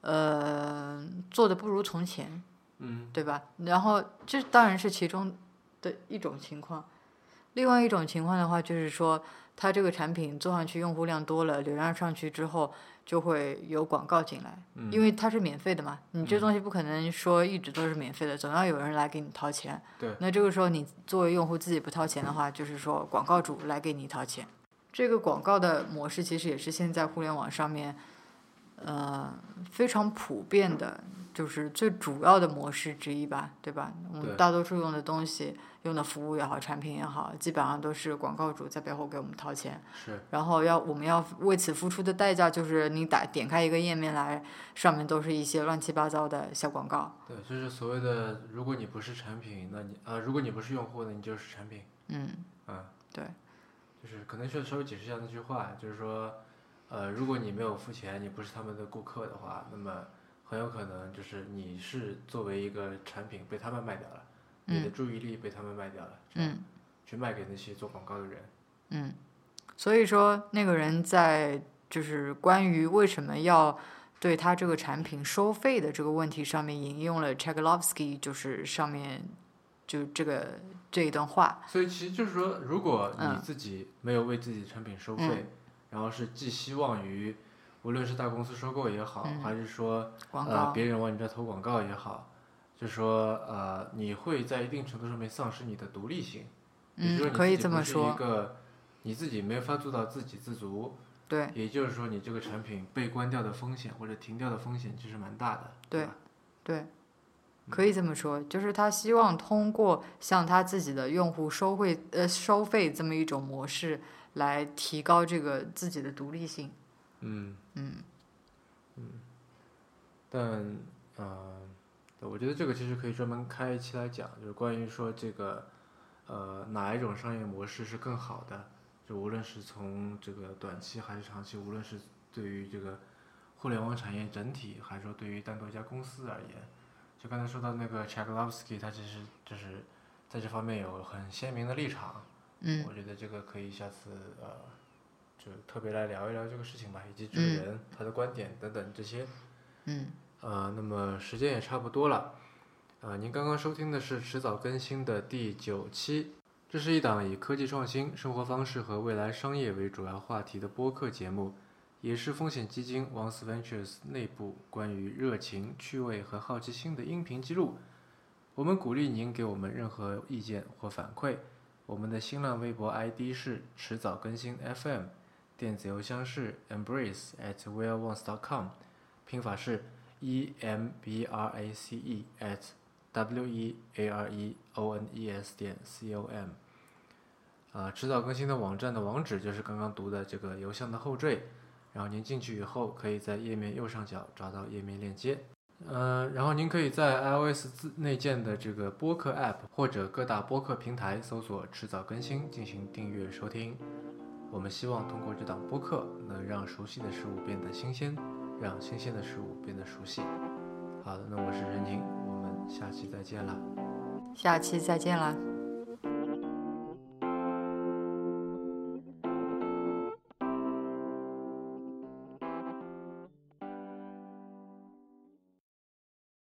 Speaker 2: 呃，做的不如从前。
Speaker 1: 嗯
Speaker 2: 对吧？然后这当然是其中的一种情况，另外一种情况的话，就是说它这个产品做上去，用户量多了，流量上去之后，就会有广告进来，
Speaker 1: 嗯
Speaker 2: 因为它是免费的嘛，你这东西不可能说一直都是免费的，总要有人来给你掏钱。
Speaker 1: 对
Speaker 2: 那这个时候你作为用户自己不掏钱的话，就是说广告主来给你掏钱。这个广告的模式其实也是现在互联网上面呃非常普遍的，就是最主要的模式之一吧，对吧？我们
Speaker 1: 对
Speaker 2: 大多数用的东西、用的服务也好、产品也好，基本上都是广告主在背后给我们掏钱，
Speaker 1: 是
Speaker 2: 然后要我们要为此付出的代价就是你打点开一个页面来，上面都是一些乱七八糟的小广告，
Speaker 1: 对，就是所谓的，如果你不是产品，那你啊、如果你不是用户，那你就是产品。
Speaker 2: 嗯，
Speaker 1: 啊，
Speaker 2: 对，
Speaker 1: 就是可能需要稍微解释一下那句话，就是说，呃，如果你没有付钱，你不是他们的顾客的话，那么很有可能就是你是作为一个产品被他们卖掉了，你的注意力被他们卖掉了，这样
Speaker 2: 嗯
Speaker 1: 去卖给那些做广告的人。
Speaker 2: 嗯，所以说那个人在就是关于为什么要对他这个产品收费的这个问题上面引用了 Chekhovsky，就是上面就这个这一段话，
Speaker 1: 所以其实就是说，如果你
Speaker 2: 嗯
Speaker 1: 自己没有为自己的产品收费，
Speaker 2: 嗯
Speaker 1: 然后是寄希望于无论是大公司收购也好，
Speaker 2: 嗯
Speaker 1: 还是说
Speaker 2: 广
Speaker 1: 呃，
Speaker 2: 告，
Speaker 1: 别人往你这投广告也好，就说呃，你会在一定程度上面丧失你的独立性，也就是
Speaker 2: 嗯，
Speaker 1: 说
Speaker 2: 可
Speaker 1: 你
Speaker 2: 以
Speaker 1: 自己
Speaker 2: 这
Speaker 1: 不
Speaker 2: 么
Speaker 1: 是一
Speaker 2: 说，
Speaker 1: 个你自己没法做到自给自足，
Speaker 2: 对
Speaker 1: 也就是说你这个产品被关掉的风险或者停掉的风险其实蛮大的，
Speaker 2: 对
Speaker 1: 吧？
Speaker 2: 对，可以这么说，就是他希望通过向他自己的用户收费呃收费这么一种模式来提高这个自己的独立性，
Speaker 1: 嗯，
Speaker 2: 嗯
Speaker 1: 但呃，对我觉得这个其实可以专门开一期来讲，就是关于说这个呃哪一种商业模式是更好的，就无论是从这个短期还是长期，无论是对于这个互联网产业整体，还是说对于单独一家公司而言，就刚才说到那个 Chekhovsky，他其实就是在这方面有很鲜明的立场，
Speaker 2: 嗯
Speaker 1: 我觉得这个可以下次呃，就特别来聊一聊这个事情吧，以及这个
Speaker 2: 嗯
Speaker 1: 人、他的观点等等这些。
Speaker 2: 嗯，
Speaker 1: 呃，那么时间也差不多了。呃，您刚刚收听的是迟早更新的第九期，这是一档以科技创新、生活方式和未来商业为主要话题的播客节目，也是风险基金 Once Ventures 内部关于热情、趣味和好奇心的音频记录。我们鼓励您给我们任何意见或反馈。我们的新浪微博 ID 是迟早更新 FM，电子邮箱是 embrace at whereonce.com，拼法是 e m b r a c e at w e a r e o n e s 点 c o m。啊，迟早更新的网站的网址就是刚刚读的这个邮箱的后缀，然后您进去以后，可以在页面右上角找到页面链接。呃，然后您可以在 iOS 自内建的这个播客 App 或者各大播客平台搜索“迟早更新”进行订阅收听。我们希望通过这档播客，能让熟悉的事物变得新鲜，让新鲜的事物变得熟悉。好的，那我是任宁，我们下期再见了。
Speaker 2: 下期再见啦。